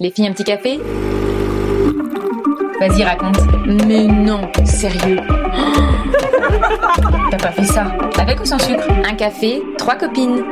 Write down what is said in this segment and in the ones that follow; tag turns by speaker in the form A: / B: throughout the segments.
A: Les filles, un petit café Vas-y, raconte. Mais non, sérieux. T'as pas fait ça Avec ou sans sucre Un café, trois copines.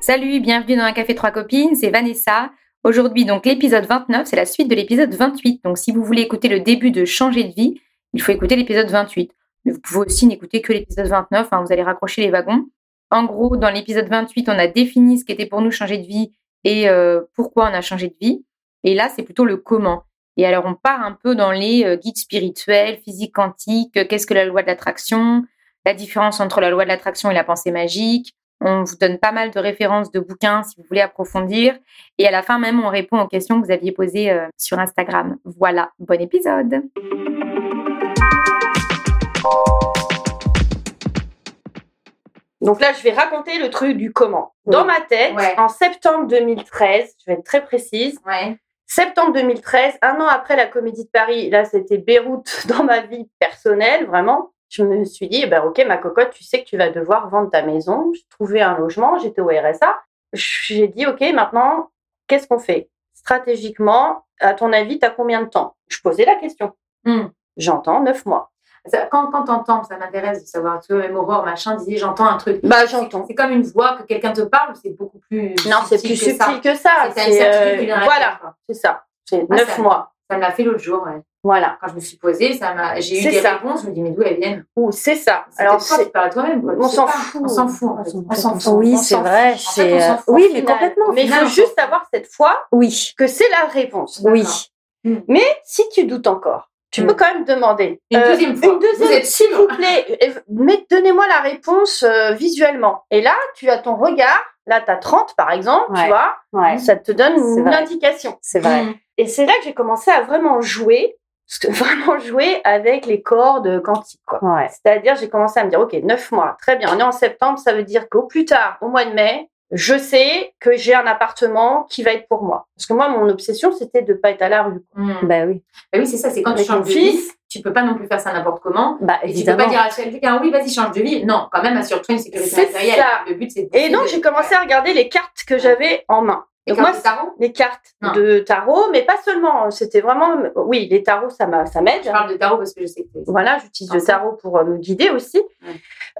A: Salut, bienvenue dans Un café, trois copines, c'est Vanessa. Aujourd'hui, donc, l'épisode 29, c'est la suite de l'épisode 28. Donc, si vous voulez écouter le début de Changer de vie, il faut écouter l'épisode 28. Mais vous pouvez aussi n'écouter que l'épisode 29, hein, vous allez raccrocher les wagons. En gros, dans l'épisode 28, on a défini ce qu'était pour nous changer de vie et euh, pourquoi on a changé de vie. Et là, c'est plutôt le comment. Et alors, on part un peu dans les euh, guides spirituels, physique quantique, euh, qu'est-ce que la loi de l'attraction, la différence entre la loi de l'attraction et la pensée magique. On vous donne pas mal de références de bouquins si vous voulez approfondir. Et à la fin même, on répond aux questions que vous aviez posées euh, sur Instagram. Voilà, bon épisode.
B: Donc là, je vais raconter le truc du comment. Dans
A: Oui.
B: ma tête,
A: Ouais.
B: en septembre 2013, je vais être très précise,
A: Ouais.
B: septembre 2013, un an après la Comédie de Paris, là, c'était Beyrouth dans ma vie personnelle, vraiment. Je me suis dit, eh ben, ok, ma cocotte, tu sais que tu vas devoir vendre ta maison. J'ai trouvé un logement, j'étais au RSA. J'ai dit, ok, maintenant, qu'est-ce qu'on fait Stratégiquement, à ton avis, t'as combien de temps Je posais la question.
A: Hum.
B: J'entends neuf mois.
A: Ça, quand quand t'entends, ça m'intéresse de savoir, tu vois, même Aurore, machin, disait j'entends un truc.
B: Bah, j'entends.
A: C'est comme une voix que quelqu'un te parle, c'est beaucoup plus.
B: Non, c'est plus
A: que ça.
B: subtil que ça.
A: C'est
B: C'est,
A: une certitude
B: euh,
A: qui vient avec,
B: voilà,
A: quoi.
B: c'est ça. C'est
A: Ah,
B: neuf
A: ça-
B: mois.
A: Ça me l'a fait l'autre jour, ouais.
B: Voilà.
A: Quand je me suis posée, ça m'a... j'ai eu
B: C'est
A: des
B: ça.
A: réponses, je me dis, mais d'où elles viennent
B: Ou c'est ça.
A: C'est
B: Alors,
A: peut-être toi,
B: c'est-
A: tu parles à toi-même. quoi. Tu
B: on
A: sais
B: s'en
A: pas.
B: fout.
A: On s'en fout. en fait. On s'en fout.
C: Oui,
A: On
C: c'est
A: s'en
C: vrai.
A: fout. En
C: c'est,
A: fait, on s'en
C: euh,
A: fout,
C: oui,
A: au
C: mais
A: final.
C: complètement.
B: mais il
A: final,
B: faut
A: on
B: juste
A: s'en fout.
B: savoir cette fois
C: Oui,
B: que c'est la réponse.
A: D'accord.
C: oui.
B: Mais si tu doutes encore, tu
A: Mm.
B: peux quand même demander. euh,
A: Une deuxième fois.
B: Une deuxième,
A: Vous êtes
B: s'il
A: sûr
B: vous plaît. euh, mais donnez-moi la réponse euh, visuellement. Et là, tu as ton regard. Là, tu as 30, par exemple, tu
C: Ouais.
B: vois.
C: Ouais,
B: Ça te donne
C: C'est
B: une
C: vrai.
B: indication.
C: c'est vrai.
A: Mmh,
B: Et c'est là que j'ai commencé à vraiment jouer, parce que vraiment jouer avec les cordes quantiques, quoi.
C: Ouais.
B: C'est-à-dire, j'ai commencé à me dire, OK, neuf mois, très bien, on est en septembre, ça veut dire qu'au plus tard, au mois de mai, je sais que j'ai un appartement qui va être pour moi. Parce que moi, mon obsession, c'était de pas être à la rue.
A: Hum. Bah
C: Bah oui.
A: oui, c'est ça, c'est quand tu
B: Avec mon
A: changes de vie,
B: fils,
A: tu peux pas non plus faire ça n'importe comment.
C: Bah
A: Et tu peux pas
C: évidemment.
A: dire à quelqu'un, oui, vas-y, change de vie. Non, quand même, assure-toi une sécurité
B: C'est
A: matérielle.
B: ça.
A: Le but, c'est.
B: Et donc, j'ai commencé à regarder les cartes que j'avais en main.
A: Et
B: Donc,
A: moi,
B: moi,
A: c'est tarot.
B: les cartes
A: Non.
B: de tarot, mais pas seulement. C'était vraiment, oui, les tarots, ça m'a- ça m'aide.
A: Je parle de tarot parce que je sais que t'es-
B: Voilà, j'utilise le
A: Ensemble.
B: tarot pour euh, me guider aussi,
A: Ouais.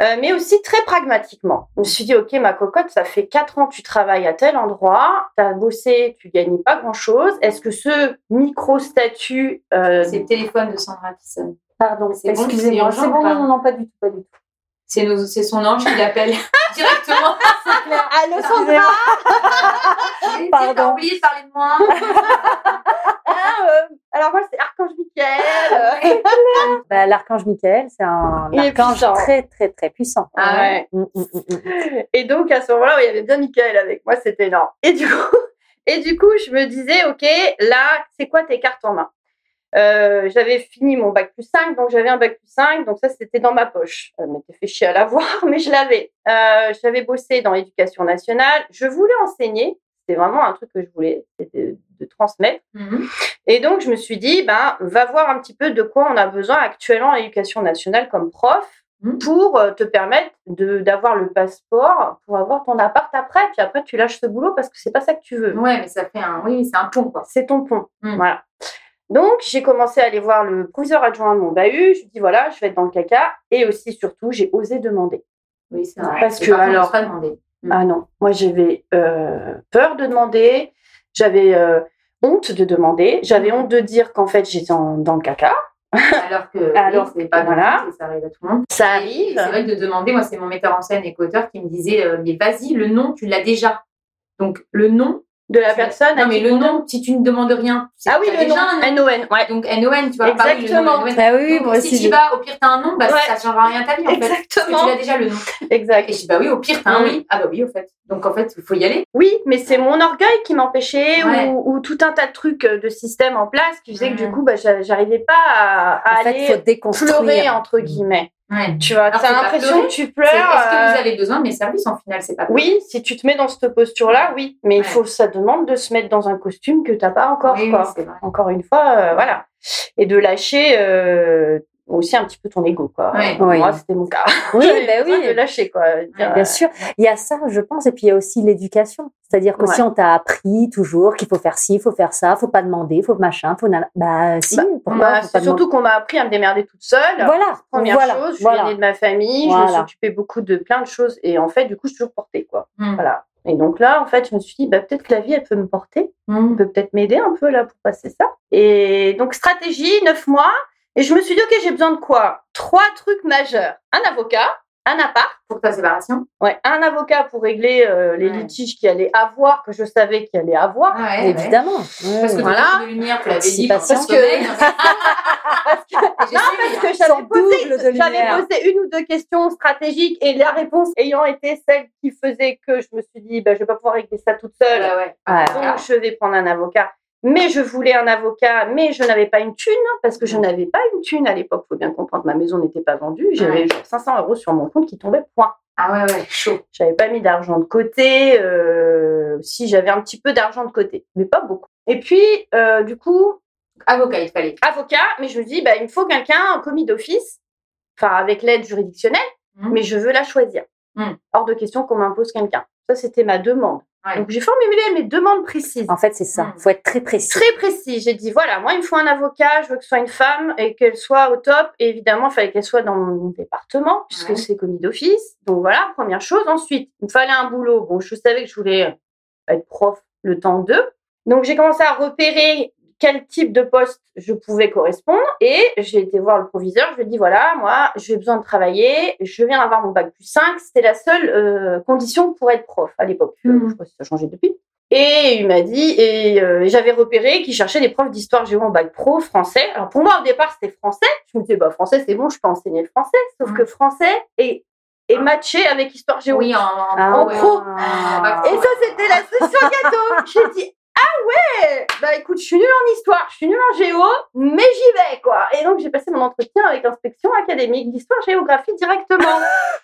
B: Euh, mais aussi très pragmatiquement. Je me suis dit, ok, ma cocotte, ça fait quatre ans que tu travailles à tel endroit, tu as bossé, tu gagnes pas grand-chose. Est-ce que ce micro-statut... euh,
A: C'est le téléphone de Sandra qui sonne.
C: Pardon,
A: C'est bon, c'est urgent ou pas
C: non, pas du tout, pas du tout.
A: C'est nos- c'est son ange qui l'appelle directement.
B: Ah,
C: Allô,
B: Sandra
A: J'ai
C: Pardon.
A: T'as oublié de parler de moi.
B: Ah, euh, alors moi, c'est Archange Michael.
C: bah, L'archange Michael, c'est un
B: Il est
C: archange
B: puissant.
C: très, très, très puissant.
A: Ah ouais.
C: Mm, mm, mm, mm.
B: Et donc, à ce moment-là, ouais, il y avait bien Michael avec moi, c'était énorme. Et du coup, et du coup je me disais, OK, là, c'est quoi tes cartes en main Euh, J'avais fini mon bac plus 5, donc j'avais un bac plus 5, donc ça, c'était dans ma poche. Je m'étais fait chier à l'avoir, mais je l'avais. Euh, j'avais bossé dans l'éducation nationale, je voulais enseigner, c'était vraiment un truc que je voulais, c'était de transmettre.
A: Mhm.
B: Et donc, je me suis dit, ben, va voir un petit peu de quoi on a besoin actuellement en éducation nationale comme prof
A: Mhm.
B: pour euh, te permettre de- d'avoir le passeport pour avoir ton appart après. Puis après, tu lâches ce boulot parce que c'est pas ça que tu veux.
A: Ouais, mais ça fait un. Oui, c'est un pont, quoi.
B: C'est ton pont.
A: Mhm.
B: Voilà. Donc, j'ai commencé à aller voir le proviseur adjoint de mon bahut. Je lui dis, voilà, je vais être dans le caca. Et aussi, surtout, j'ai osé demander.
A: Oui, c'est vrai.
B: Parce
A: Et
B: que
A: par contre, on
B: alors-
A: se pas demandé. Mhm.
B: Ah non, moi, j'avais euh, peur de demander. J'avais euh, honte de demander. J'avais honte de dire qu'en fait, j'étais en- dans le caca.
A: Alors que.
B: Alors
A: oui, c'est pas
B: voilà.
A: normal, ça arrive à tout le monde.
B: Ça
A: Et C'est vrai que de demander, moi, c'est mon metteur en scène et co-auteur qui me disait, euh, mais vas-y, le nom, tu l'as déjà. Donc, le nom.
B: De la personne à
A: Non, mais
B: qui
A: le
B: on
A: nom, si tu ne demandes rien. c'est
B: Ah
A: que
B: oui,
A: t'as
B: le
A: déjà
B: nom.
A: un nom.
B: N-O-N, ouais.
A: Donc, NON, tu vois. pareil, le nom,
B: Exactement.
A: NON.
C: Bah oui,
A: Donc,
C: moi
A: si
C: aussi.
A: tu
C: j'ai-
A: vas, au pire, t'as un nom, bah,
B: Ouais.
A: ça ne changera rien à ta vie, en fait. Parce que tu
B: Exactement. Mm.
A: l'as déjà, le nom. Et
B: Exact.
A: je dis, bah oui, au pire, t'as un oui. Ah bah oui, au fait. Donc, en fait, il faut y aller.
B: Oui, mais c'est mon orgueil qui m'empêchait
A: Ouais.
B: ou, ou tout un tas de trucs euh, de système en place qui faisait que
A: Mm.
B: du coup, bah, j'a- j'arrivais pas à, à
C: En fait, faut
B: aller
C: déconstruire.
B: pleurer, entre guillemets.
A: Ouais.
B: Tu vois,
A: Alors,
B: t'as
A: c'est pas
B: l'impression
A: pleurer,
B: que tu
A: C'est,
B: pleures.
A: Est-ce que vous
B: euh,
A: avez besoin de mes services en final C'est pas
B: Oui, si tu te mets dans cette posture-là, oui. Mais il
A: Ouais.
B: faut, ça demande de se mettre dans un costume que t'as pas encore,
A: Oui, oui,
B: quoi.
A: c'est vrai.
B: Encore une fois, euh, voilà. Et de lâcher euh, aussi un petit peu ton ego, quoi.
A: Ouais.
C: Oui.
B: Moi, c'était mon cas.
C: Oui,
B: J'avais
C: bah
B: besoin de
C: oui.
B: lâcher, quoi. de dire,
C: Bien sûr, il y a ça, je pense, et puis il y a aussi l'éducation. C'est-à-dire que
B: Ouais.
C: si on t'a appris toujours qu'il faut faire ci, il faut faire ça, faut pas demander, faut machin, faut nana- bah si,
B: Bah, on
C: pourquoi
B: m'a-
C: faut
B: c'est
C: pas
B: surtout qu'on m'a appris à me démerder toute seule.
C: demander Voilà,
B: Première
C: voilà,
B: chose, je suis
C: voilà.
B: l'aînée de ma famille, je me suis
C: Voilà.
B: occupée beaucoup de plein de choses et en fait, du coup, je suis toujours portée, quoi.
A: Mm.
B: Voilà. Et donc là, en fait, je me suis dit, bah, peut-être que la vie, elle peut me porter,
A: Mm.
B: elle peut peut-être m'aider un peu là pour passer ça. Et donc, stratégie, neuf mois. Et je me suis dit, ok, j'ai besoin de quoi Trois trucs majeurs. Un avocat, un appart.
A: Pour ta séparation
B: Ouais, un avocat pour régler euh, les
A: Ouais.
B: litiges qu'il allait avoir, que je savais qu'il allait avoir.
A: Ah ouais, ouais.
C: évidemment. Mm,
A: Parce que
C: Oui.
B: Voilà.
A: voilà. de lumière, tu l'avais
C: Si,
A: dit,
C: parce
A: parce
B: que-
A: que.
B: Non, parce
A: hein.
B: que
C: Sans
B: j'avais posé,
C: double de
B: j'avais
C: lumière.
B: posé une ou deux questions stratégiques et la réponse ayant été celle qui faisait que je me suis dit, bah, je vais pas pouvoir régler ça toute
A: Ah
B: seule,
C: Ouais.
B: donc je vais prendre un avocat. Mais je voulais un avocat, mais je n'avais pas une thune, parce que je n'avais pas une thune à l'époque, faut bien comprendre, ma maison n'était pas vendue, j'avais
A: Ouais.
B: genre 500 euros sur mon compte qui tombait point.
A: Ah ouais, ouais, chaud.
B: J'avais pas mis d'argent de côté. euh, si j'avais un petit peu d'argent de côté, mais pas beaucoup. Et puis, euh, du coup,
A: Avocat, il fallait.
B: avocat, mais je me dis, bah, il me faut quelqu'un, un commis d'office, enfin avec l'aide juridictionnelle,
A: Mhm.
B: mais je veux la choisir.
A: Mhm.
B: Hors de question qu'on m'impose quelqu'un. Ça, c'était ma demande.
A: Ouais.
B: Donc, j'ai formulé mes demandes précises.
C: En fait, c'est ça.
A: Mm.
C: Faut être très précis.
B: Très précis. J'ai dit, voilà, moi, il me faut un avocat, je veux que ce soit une femme et qu'elle soit au top. Et évidemment, il fallait qu'elle soit dans mon département, puisque
A: Ouais.
B: c'est commis d'office. Donc voilà, première chose. Ensuite, il me fallait un boulot. Bon, je savais que je voulais euh, être prof le temps d'eux. Donc j'ai commencé à repérer quel type de poste je pouvais correspondre et j'ai été voir le proviseur. Je lui ai dit, voilà, moi, j'ai besoin de travailler. Je viens d'avoir mon bac plus 5. C'était la seule euh, condition pour être prof à l'époque. Euh,
A: Mhm.
B: Je sais pas si ça a changé depuis. Et il m'a dit, et euh, j'avais repéré qu'il cherchait des profs d'histoire géo en bac pro français. Alors pour moi au départ c'était français. Je me disais bah français c'est bon, je peux enseigner le français. Sauf
A: Mhm.
B: que français est, est matché avec histoire géo.
A: Oui, en, en
C: Ah
A: pro,
B: ouais.
A: ouais.
B: pro.
A: Ah,
B: Et ça c'était la solution gâteau. J'ai dit ah ouais, bah écoute je suis nulle en histoire, je suis nulle en géo, mais j'y vais quoi. Et donc j'ai passé mon entretien avec l'inspection académique d'histoire géographie directement.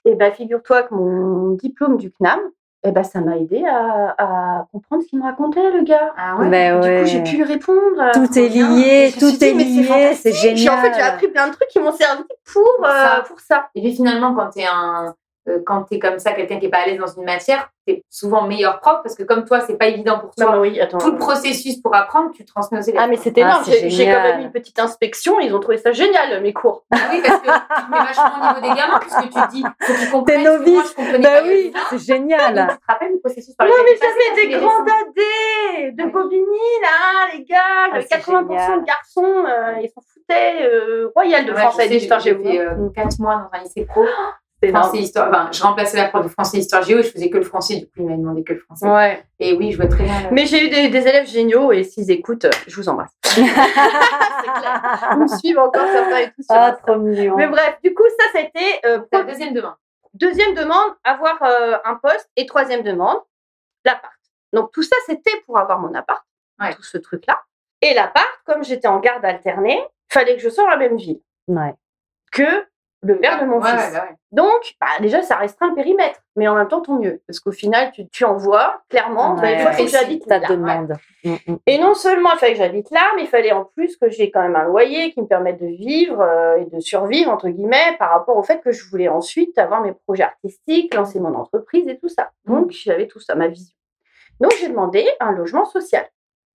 B: et bah figure-toi que mon diplôme du CNAM, et ben ça m'a aidé à, à comprendre ce qu'il me racontait le gars.
A: Ah ouais.
C: Ben
B: Du
C: ouais.
B: coup, j'ai pu lui répondre. euh,
C: Tout est
B: bien.
C: lié,
B: Je me suis
C: tout
B: dit,
C: est
B: mais
C: lié, c'est
B: fantastique. J'ai-
C: génial.
B: En fait, j'ai appris plein de trucs qui m'ont servi pour,
A: Pour ça.
B: euh, pour ça.
A: Et puis finalement, quand t'es un, euh, quand t'es comme ça, quelqu'un qui est pas à l'aise dans une matière, t'es souvent meilleur prof parce que comme toi, c'est pas évident pour toi.
B: Bah, oui, attends.
A: Tout le processus pour apprendre, tu transmets aux élèves.
B: Ah, mais c'était
C: Ah,
B: énorme.
C: c'est
B: J'ai- j'ai quand
C: génial.
B: même eu une petite inspection. Ils ont trouvé ça génial, mes cours.
A: Ah oui, parce que tu te mets vachement au niveau des gamins puisque tu te dis, faut qu'ils comprennent.
C: T'es novice.
A: Moi, je comprenais
C: Bah
A: pas les
C: oui,
A: résultats.
C: c'est génial.
A: Tu te rappelles le processus par lequel
B: Ah, Mais
A: t'es passé, ça,
B: j'avais
A: c'est
B: des grands
A: récents.
B: dadés de Bobigny, là, les gars.
C: Ah,
B: le
C: c'est
B: 80%
C: génial.
B: de garçons, euh, ils s'en foutaient euh, royal de
A: Ouais,
B: français et
A: je sais,
B: d'histoire
A: j'ai fait
B: géo.
A: euh, quatre mois dans un lycée pro.
B: hein. C'est énorme.
A: Français, histoire. Enfin, je remplaçais la prof de français, histoire, géo et je faisais que le français. Du coup, il m'a demandé que le français.
B: Ouais.
A: Et oui, je vois très bien.
B: Mais j'ai eu des, des élèves géniaux et s'ils écoutent, euh, je vous embrasse. C'est clair. Ils me suivent encore certains et tout. sur
C: Ah,
B: Insta.
C: trop mignon.
B: Mais bref, du coup, ça, c'était euh,
A: Ta deuxième demain.
B: Deuxième demande, avoir euh, un poste. Et troisième demande, l'appart. Donc tout ça, c'était pour avoir mon appart,
A: Ouais.
B: tout ce truc-là. Et l'appart, comme j'étais en garde alternée, fallait que je sois dans la même ville
C: Ouais.
B: que le père de mon
A: Ouais,
B: fils.
A: ouais, bah ouais.
B: Donc, bah, déjà, ça restreint le périmètre. Mais en même temps, tant mieux. Parce qu'au final, tu, tu envoies clairement, bah, il faut
C: Ouais.
B: que j'habite
C: Ta
B: là.
C: demande. Mm, mm.
B: Et non seulement il fallait que j'habite là, mais il fallait en plus que j'ai quand même un loyer qui me permette de vivre euh, et de survivre, entre guillemets, par rapport au fait que je voulais ensuite avoir mes projets artistiques, lancer mon entreprise et tout ça. Donc j'avais tout ça, ma vision. Donc j'ai demandé un logement social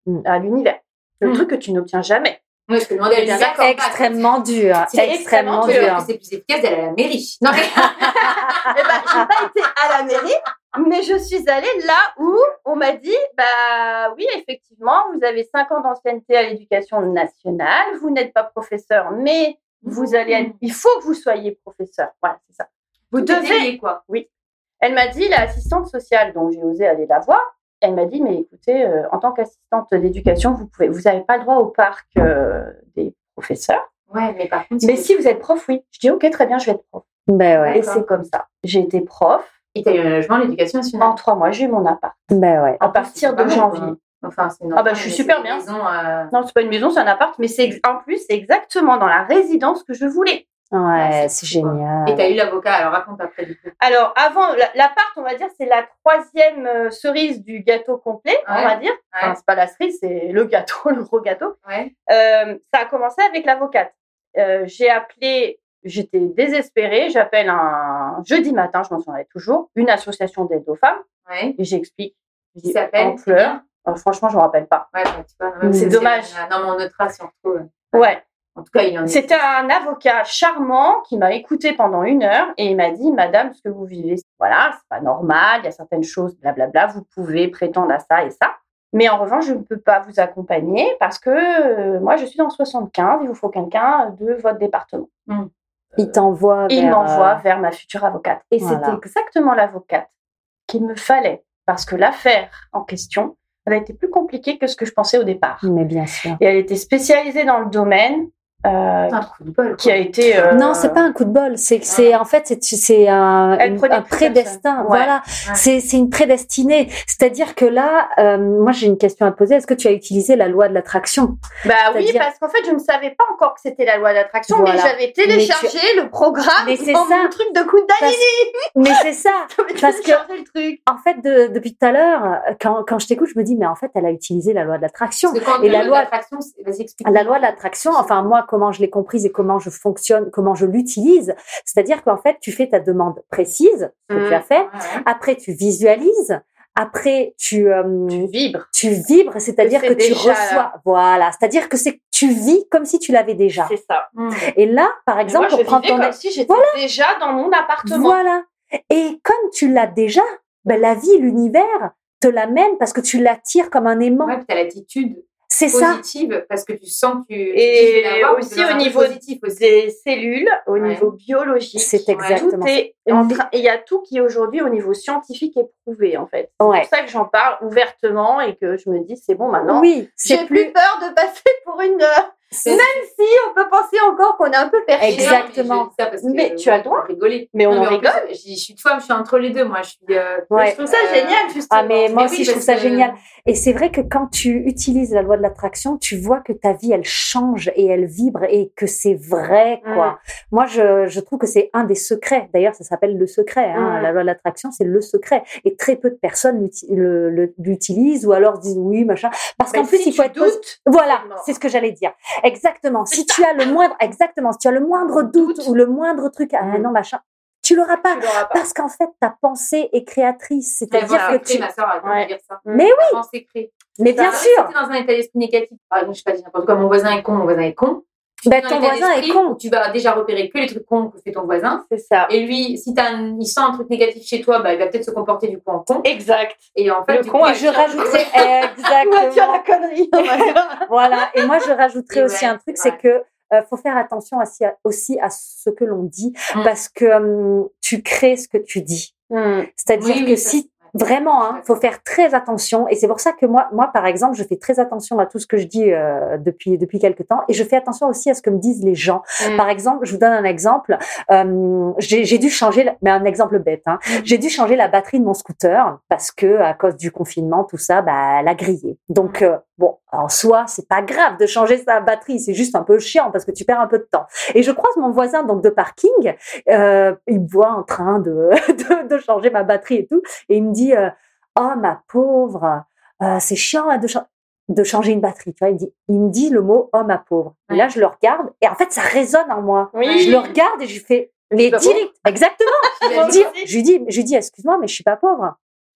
C: Mm.
B: à l'univers. Le
A: Mm.
B: truc que tu n'obtiens jamais.
A: Ouais, je te demandais à
B: Bien
A: Lisa
B: d'accord.
A: Corbat.
C: Extrêmement dur,
B: C'est
C: extrêmement
B: extrêmement
A: Tu vois que
C: dur.
A: c'est plus efficace d'aller à la mairie. Non, mais
B: Eh ben, j'ai pas été à la mairie, mais je suis allée là où on m'a dit, bah oui, effectivement, vous avez 5 ans d'ancienneté à l'éducation nationale, vous n'êtes pas professeur, mais vous allez être- il faut que vous soyez professeur. Voilà, c'est ça. Vous
A: T'es
B: devez.
A: délié, quoi.
B: Elle m'a dit, la assistante sociale, donc j'ai osé aller la voir. Elle m'a dit, mais écoutez, euh, en tant qu'assistante d'éducation, vous pouvez, vous n'avez pas le droit au parc euh, des professeurs.
A: Ouais, mais par contre,
B: Mais
A: c'est-
B: si vous êtes prof, oui. Je dis, ok, très bien, je vais être prof.
C: Ben ouais,
B: Et c'est comme ça. J'ai été prof.
A: Et t'as eu un logement à l'éducation nationale.
B: En trois mois, j'ai eu mon appart.
C: ben ouais.
B: à partir
A: c'est pas
B: de
A: mal,
B: janvier.
A: quoi. Enfin, c'est
B: Ah bah, je suis super bien.
A: Maison, euh...
B: Non, c'est pas une maison, c'est un appart, mais c'est ex- en plus c'est exactement dans la résidence que je voulais.
C: Ouais,
B: Ah,
A: c'est
C: c'est
A: fou, quoi.
B: hein.
A: Et
C: génial.
A: t'as eu l'avocat, alors raconte après du coup.
B: Alors, avant, la- l'appart, on va dire, c'est la troisième euh, cerise du gâteau complet,
A: Ouais.
B: on va dire. Enfin, c'est pas la cerise, c'est le gâteau, le gros gâteau.
A: Ouais.
B: Euh, ça a commencé avec l'avocate. euh, j'ai appelé, j'étais désespérée, j'appelle un jeudi matin, je m'en souviendrai toujours, une association d'aide aux femmes
A: Ouais.
B: et j'explique. Je
A: Qui
B: dis,
A: s'appelle
B: en pleurs. Euh, franchement, je ne me rappelle pas.
A: Ouais, bah, tu vois, non,
C: Mm.
A: mais
B: C'est dommage.
A: Non, mais on notera si on retrouve.
B: Ouais.
A: En tout cas, il en est.
B: C'était un avocat charmant qui m'a écouté pendant une heure et il m'a dit Madame, ce que vous vivez, voilà, c'est pas normal, il y a certaines choses, blablabla, vous pouvez prétendre à ça et ça. Mais en revanche, je ne peux pas vous accompagner parce que euh, moi, je suis dans 75, il vous faut quelqu'un de votre département.
C: Il t'envoie.
B: Et il
C: vers,
B: m'envoie
C: euh,
B: vers ma future avocate. Et
C: Voilà.
B: c'était exactement l'avocate qu'il me fallait parce que l'affaire en question, elle a été plus compliquée que ce que je pensais au départ.
C: euh, Mais bien sûr.
B: Et elle était spécialisée dans le domaine euh,
A: un trou de bol.
B: qui a été. euh,
C: Ah.
B: ah.
C: Non, c'est pas un coup de bol. C'est que c'est en fait c'est- c'est un,
B: Elle
C: une-
B: prenait
C: un
B: plus personne.
C: prédestin.
B: Ouais.
C: Voilà, c'est c'est une prédestinée. C'est-à-dire que là, euh, moi j'ai une question à te poser. Est-ce que tu as utilisé la loi de l'attraction
B: Bah oui,
C: C'est-à-dire-
B: parce qu'en fait, je ne savais pas encore que c'était la loi d'attraction, mais
C: Voilà.
B: j'avais téléchargé le programme
C: Mais c'est
B: dans
C: ça.
B: mon truc de Kundalini.
C: Mais c'est ça.
B: J'avais
C: parce que-
B: téléchargé le truc.
C: En fait, de- depuis tout à l'heure, euh, quand, quand je t'écoute, je me dis mais en fait, elle a utilisé la loi de l'attraction.
A: Et la loi d'attraction, c'est- vas-y, explique.
C: La loi de l'attraction, enfin moi, comment je l'ai comprise et comment je fonctionne, comment je l'utilise, c'est-à-dire qu'en fait, tu fais ta demande précise, ce que
B: Mhm.
C: tu as fait,
A: Ouais.
C: après tu visualises, après tu, euh,
B: Tu vibres.
C: tu vibres, c'est-à-dire
B: Que
C: que,
B: c'est
C: tu
B: déjà
C: reçois,
B: là.
C: voilà, c'est-à-dire que c'est tu vis comme si tu l'avais déjà.
B: C'est ça.
A: Mm.
C: Et là, par
B: Exemple,
C: exemple,
B: Moi, je
C: pour prendre
B: vivais
C: ton
B: comme si j'étais déjà dans mon appartement.
C: voilà. Et comme tu l'as déjà, ben, la vie, l'univers te l'amène parce que tu l'attires comme un aimant.
A: Ouais, puis t'as l'attitude
C: C'est ça.
A: positive parce que tu sens que tu.
B: Et
A: tu vas avoir,
B: aussi
A: tu vas
B: au
A: avoir un
B: niveau-
A: positif aussi.
B: Des cellules au
A: Ouais.
B: niveau biologique.
C: C'est exactement.
B: Tout est
C: ça.
B: en train- et il y a tout qui aujourd'hui au niveau scientifique est prouvé en fait. C'est
C: Ouais.
B: pour ça que j'en parle ouvertement et que je me dis c'est bon maintenant.
C: Oui,
B: J'ai
C: c'est
B: plus
C: plus.
B: peur de passer pour une. euh,
A: C'est-
B: Même si on peut penser encore qu'on est un peu perché.
A: Non, mais
C: Exactement.
A: je dis ça parce que,
B: Mais
A: euh,
B: tu as le
A: hein. on
B: droit.
A: peut rigoler.
B: Mais on
A: Non,
B: en
A: mais
B: rigole.
A: plus, Je je suis de femme, je suis entre les deux. Moi, je suis. euh,
C: Ouais.
B: Je trouve ça
A: Euh,
B: génial, justement.
C: Ah mais moi
A: mais
C: aussi
A: oui,
C: je trouve
A: parce
C: ça
A: que-
C: génial. Et c'est vrai que quand tu utilises la loi de l'attraction, tu vois que ta vie elle change et elle vibre et que c'est vrai
B: Mm.
C: quoi. Moi je, je trouve que c'est un des secrets. D'ailleurs ça s'appelle le secret. Hein.
B: Mm.
C: La loi de l'attraction c'est le secret et très peu de personnes l'uti- le- le- l'utilisent ou alors disent oui machin. Parce qu'en
B: Mais
C: plus
B: Bah, si
C: il faut
B: tu
C: être posi-
B: doutes,
C: Voilà,
B: c'est mort.
C: c'est ce que j'allais dire. Exactement. Si tu as le moindre, exactement, si tu as le moindre doute
B: Doute.
C: ou le moindre truc, ah mais
A: Mm.
C: non machin, tu l'auras pas.
B: tu l'auras pas.
C: Parce qu'en fait, ta pensée est créatrice,
A: Ouais,
C: c'est-à-dire
A: voilà,
C: que
A: créer,
C: tu.
A: ma bah, soeur, elle vient de
B: Ouais.
A: dire ça.
B: Mais
A: oui Avant, c'est créé.
C: Mais bien
A: C'est vrai que
C: sûr,
A: Si t'es dans un état d'esprit négatif, par exemple, je sais pas, je dis n'importe quoi, mon voisin est con, mon voisin est con. Tu
C: Ben,
A: es dans un
C: ton
A: état
C: voisin est
A: d'esprit
C: con.
A: où Tu vas déjà repérer que les trucs cons que fait ton voisin.
B: C'est ça.
A: Et lui, si t'as un- il sent un truc négatif chez toi, bah, il va peut-être se comporter du coup en con.
B: Exact.
A: Et en fait,
B: Le
A: du
B: con
A: coup,
B: a-
C: et je rajouterais
B: Moi, tu as la
C: exactement.
B: connerie.
C: Voilà, et moi je rajouterais
A: Et
C: aussi
A: ouais,
C: un truc,
A: c'est
C: c'est que euh, faut faire attention aussi à, aussi à ce que l'on dit,
A: Mm.
C: parce que hum, tu crées ce que tu dis.
B: Hmm.
C: C'est-à-dire
A: Oui,
C: que
A: oui, ça,
C: si
A: ouais.
C: Vraiment,
A: Je suis
C: hein, faut faire très attention, et c'est pour ça que moi, moi par exemple, je fais très attention à tout ce que je dis euh, depuis depuis quelque temps, et je fais attention aussi à ce que me disent les gens. Par exemple, je vous donne un exemple. Euh, j'ai j'ai dû changer, la- mais un exemple bête. Hein.
A: Mhm.
C: J'ai dû changer la batterie de mon scooter parce que à cause du confinement, tout ça, bah, elle a grillé. Donc euh, bon, en soi, c'est pas grave de changer sa batterie. C'est juste un peu chiant parce que tu perds un peu de temps. Et je croise mon voisin donc de parking. Euh, il me voit en train de, de de changer ma batterie et tout, et il me dit euh, "Oh ma pauvre, euh, c'est chiant hein, de changer." de changer une batterie, tu vois, il, me dit, il me dit le mot homme à pauvre. Et là, je le regarde et en fait, ça résonne en moi.
B: Oui.
C: Je le regarde et je lui fais, mais
B: pas
C: direct, exactement.
A: tu
C: Je
A: l'as
C: lui
A: dit.
C: dis, je lui dis, je lui dis, excuse-moi, mais je suis pas pauvre.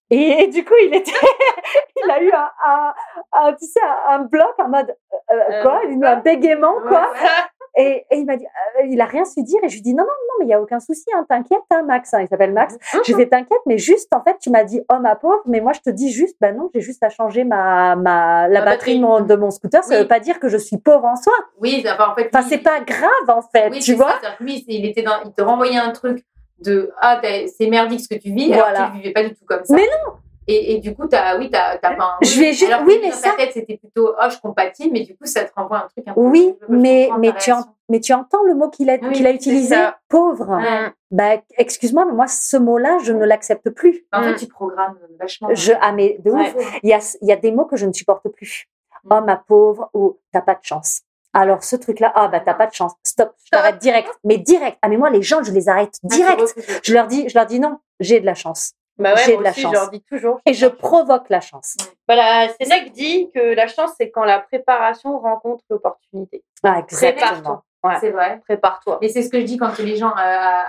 C: Et, du coup, il était, il a eu un, un- un, tu sais, un bloc en mode, euh,
B: Euh,
C: quoi, une- un bégaiement,
A: Ouais,
C: quoi.
A: ouais.
C: Et, et il m'a dit, euh, il a rien su dire. Et je lui dis, non, non, non, mais il y a aucun souci, hein, t'inquiète, hein, Max, hein, il s'appelle Max.
A: Mhm.
C: Je lui fais, t'inquiète, mais juste, en fait, tu m'as dit homme à pauvre, mais moi, je te dis juste, bah non, j'ai juste à changer ma, ma, la
B: Ma batterie.
C: batterie, de mon- de mon scooter. Ça
A: Oui.
C: veut pas dire que je suis pauvre en soi.
A: Oui, enfin, en fait.
C: Enfin,
A: lui,
C: c'est pas grave, en fait,
A: Oui,
C: tu
A: c'est
C: vois.
A: ça, c'est-à-dire que lui, c'est- il, était dans, il te renvoyait un truc de Ah, t'as- c'est merdique ce que tu vis, alors
C: Voilà.
A: que tu ne vivais pas du tout comme ça.
C: Mais
A: non Et, et du coup, t'as, oui, t'as, t'as pas un.
C: Je lui ai juste-
A: alors que
C: oui,
A: lui,
C: mais
A: dans sa
C: ça-
A: tête, c'était plutôt Oh, je compatis, mais du coup, ça te renvoie un truc un peu.
C: Oui,
A: je- je
C: mais,
A: comprends ta
C: mais, tu en-
A: réaction.
C: mais tu entends le mot qu'il a,
A: Oui,
C: qu'il a
A: c'est
C: utilisé,
B: ça.
C: pauvre.
B: Hmm.
A: Ouais.
C: Bah, excuse-moi, mais moi, ce mot-là, je ne l'accepte plus.
A: En fait,
B: Mm.
A: tu programmes euh, vachement.
C: Je, ah, mais de
A: Ouais.
C: ouf. Il y, a, il y a des mots que je ne supporte plus. Oh, ma pauvre, ou t'as pas de chance. Alors, ce truc-là, ah, bah, t'as pas de chance. Stop, je t'arrête direct. Mais direct. Ah, mais moi, les gens, je les arrête
A: Ah,
C: direct. Je leur dis, je leur dis non, j'ai de la chance.
B: Bah ouais,
C: J'ai
B: moi
C: de la
B: aussi,
C: chance.
B: je leur dis toujours.
C: Et je provoque la chance.
B: Voilà, Sénèque dit que la chance, c'est quand la préparation rencontre l'opportunité.
C: Ah,
A: Très
C: exactement.
B: partout. Ouais.
A: C'est vrai.
B: Prépare-toi.
A: Et c'est ce que je dis quand les gens à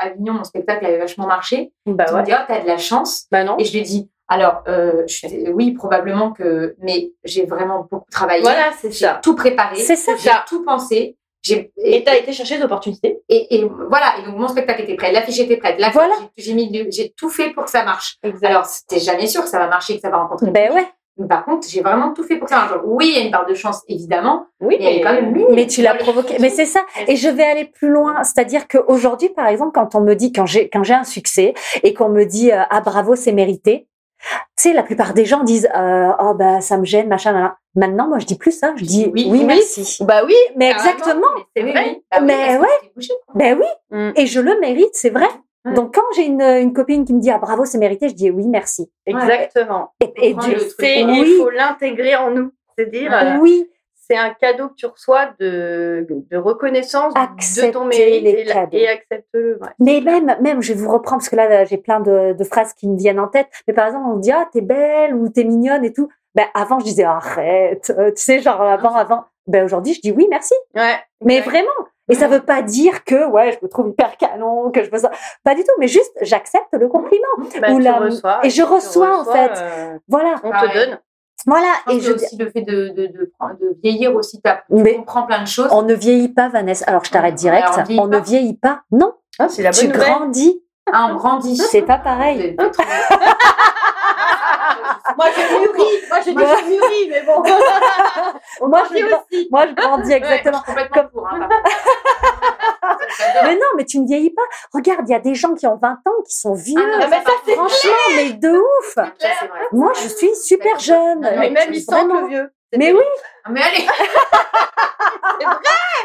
A: à Avignon, mon spectacle avait vachement marché.
C: Ah
B: Bah
A: Ils me
B: ouais.
A: disent, oh, t'as de la chance.
B: Bah non.
A: Et je lui dis, alors, euh, je suis- oui, probablement que, mais j'ai vraiment beaucoup travaillé.
B: Voilà, c'est
A: J'ai
B: ça.
A: tout préparé.
C: C'est ça.
A: J'ai tout pensé. J'ai,
B: Et t'as été chercher d'opportunités.
A: et, et voilà. Et donc, mon spectacle était prêt. L'affiche était prête. La
C: Voilà.
A: j'ai, j'ai mis du- j'ai tout fait pour que ça marche.
B: Exact.
A: Alors, c'était jamais sûr que ça va marcher, que ça va rencontrer.
C: Ben ouais.
A: Mais par contre, j'ai vraiment tout fait pour que ça marche. Donc, Oui, il y a une part de chance, évidemment.
B: oui,
A: Mais elle est quand même minime.
C: Mais tu l'as
A: Dans les
C: provoqué.
A: choses.
C: Mais c'est ça. Et je vais aller plus loin. C'est-à-dire qu'aujourd'hui, par exemple, quand on me dit, quand j'ai, quand j'ai un succès et qu'on me dit, euh, ah bravo, c'est mérité. Tu sais, la plupart des gens disent, euh, oh bah ça me gêne, machin, machin. Maintenant, moi, je dis plus ça. Je dis, oui,
A: Oui,
B: oui.
C: merci.
B: Bah oui.
C: Mais
A: Ah,
C: exactement.
A: mais C'est
B: Oui,
A: vrai.
B: oui.
A: Bah oui,
C: Mais
A: parce que
C: ouais.
A: t'es bouché.
C: Ben oui.
B: Mm.
C: Et je le mérite, c'est vrai.
A: Mm.
C: Donc quand j'ai une, une copine qui me dit, ah bravo, c'est mérité, je dis, oui, merci.
B: Exactement.
C: Et, et
A: Prends
B: Tu Hein, le
C: Dieu
A: le truc.
B: sais, et
C: Oui.
B: il faut l'intégrer en nous. C'est dire, euh,
C: oui,
B: c'est un cadeau que tu reçois de, de reconnaissance de
C: Accepter
B: ton mérite
C: les
B: et, la-
C: cadeaux.
B: et accepte-le. ouais.
C: mais même, même, je vais vous reprendre parce que là, j'ai plein de, de phrases qui me viennent en tête. Mais par exemple, on me dit, ah, t'es belle ou t'es mignonne et tout. Ben, avant, je disais, arrête, euh, tu sais, genre, avant, avant. Ben, aujourd'hui, je dis oui, merci.
B: Ouais,
C: Mais
B: exact.
C: vraiment. Et ça veut pas dire que, ouais, je me trouve hyper canon, que je me sens. Pas du tout, mais juste, j'accepte le compliment.
B: Bah,
C: ou
B: tu
C: la-
B: reçois,
C: et je
B: tu
C: reçois, en fait.
B: euh,
C: Voilà.
B: on
A: Pareil.
B: te donne.
C: Voilà.
A: Je pense
C: Et
A: que
C: je dis,
A: aussi le fait de, de, de, prendre- de vieillir aussi, t'as- tu
C: mais
A: comprends plein de choses.
C: on ne vieillit pas, Vanessa. Alors, je t'arrête
A: Ouais,
C: direct.
A: on vieillit
C: On ne
A: pas.
C: vieillit pas. Non.
B: Ah, c'est la bonne
C: Tu
B: nouvelle.
C: grandis.
A: Ah, on grandit.
C: C'est pas pareil.
A: Vous êtes trop-
B: Moi, j'ai mûri. Moi, j'ai
C: Moi-
B: déjà mûri, mais bon. on
C: Moi,
B: grandit
C: je-
B: aussi.
C: Moi, je grandis exactement.
A: Ouais, je suis complètement pour. hein, par contre. Ah, J'adore.
C: Mais non, mais tu ne vieillis pas. Regarde, il y a des gens qui ont 20 ans, qui sont vieux.
A: Ah non,
B: Ah, bah, ça, c'est Ah,
C: Franchement, mais de ouf.
A: Ça, c'est vrai.
C: Moi, je suis super jeune.
A: Non,
B: Mais même,
C: Je-
B: il sent
C: vraiment.
B: le vieux.
C: Mais oui,
A: Ah, Mais allez,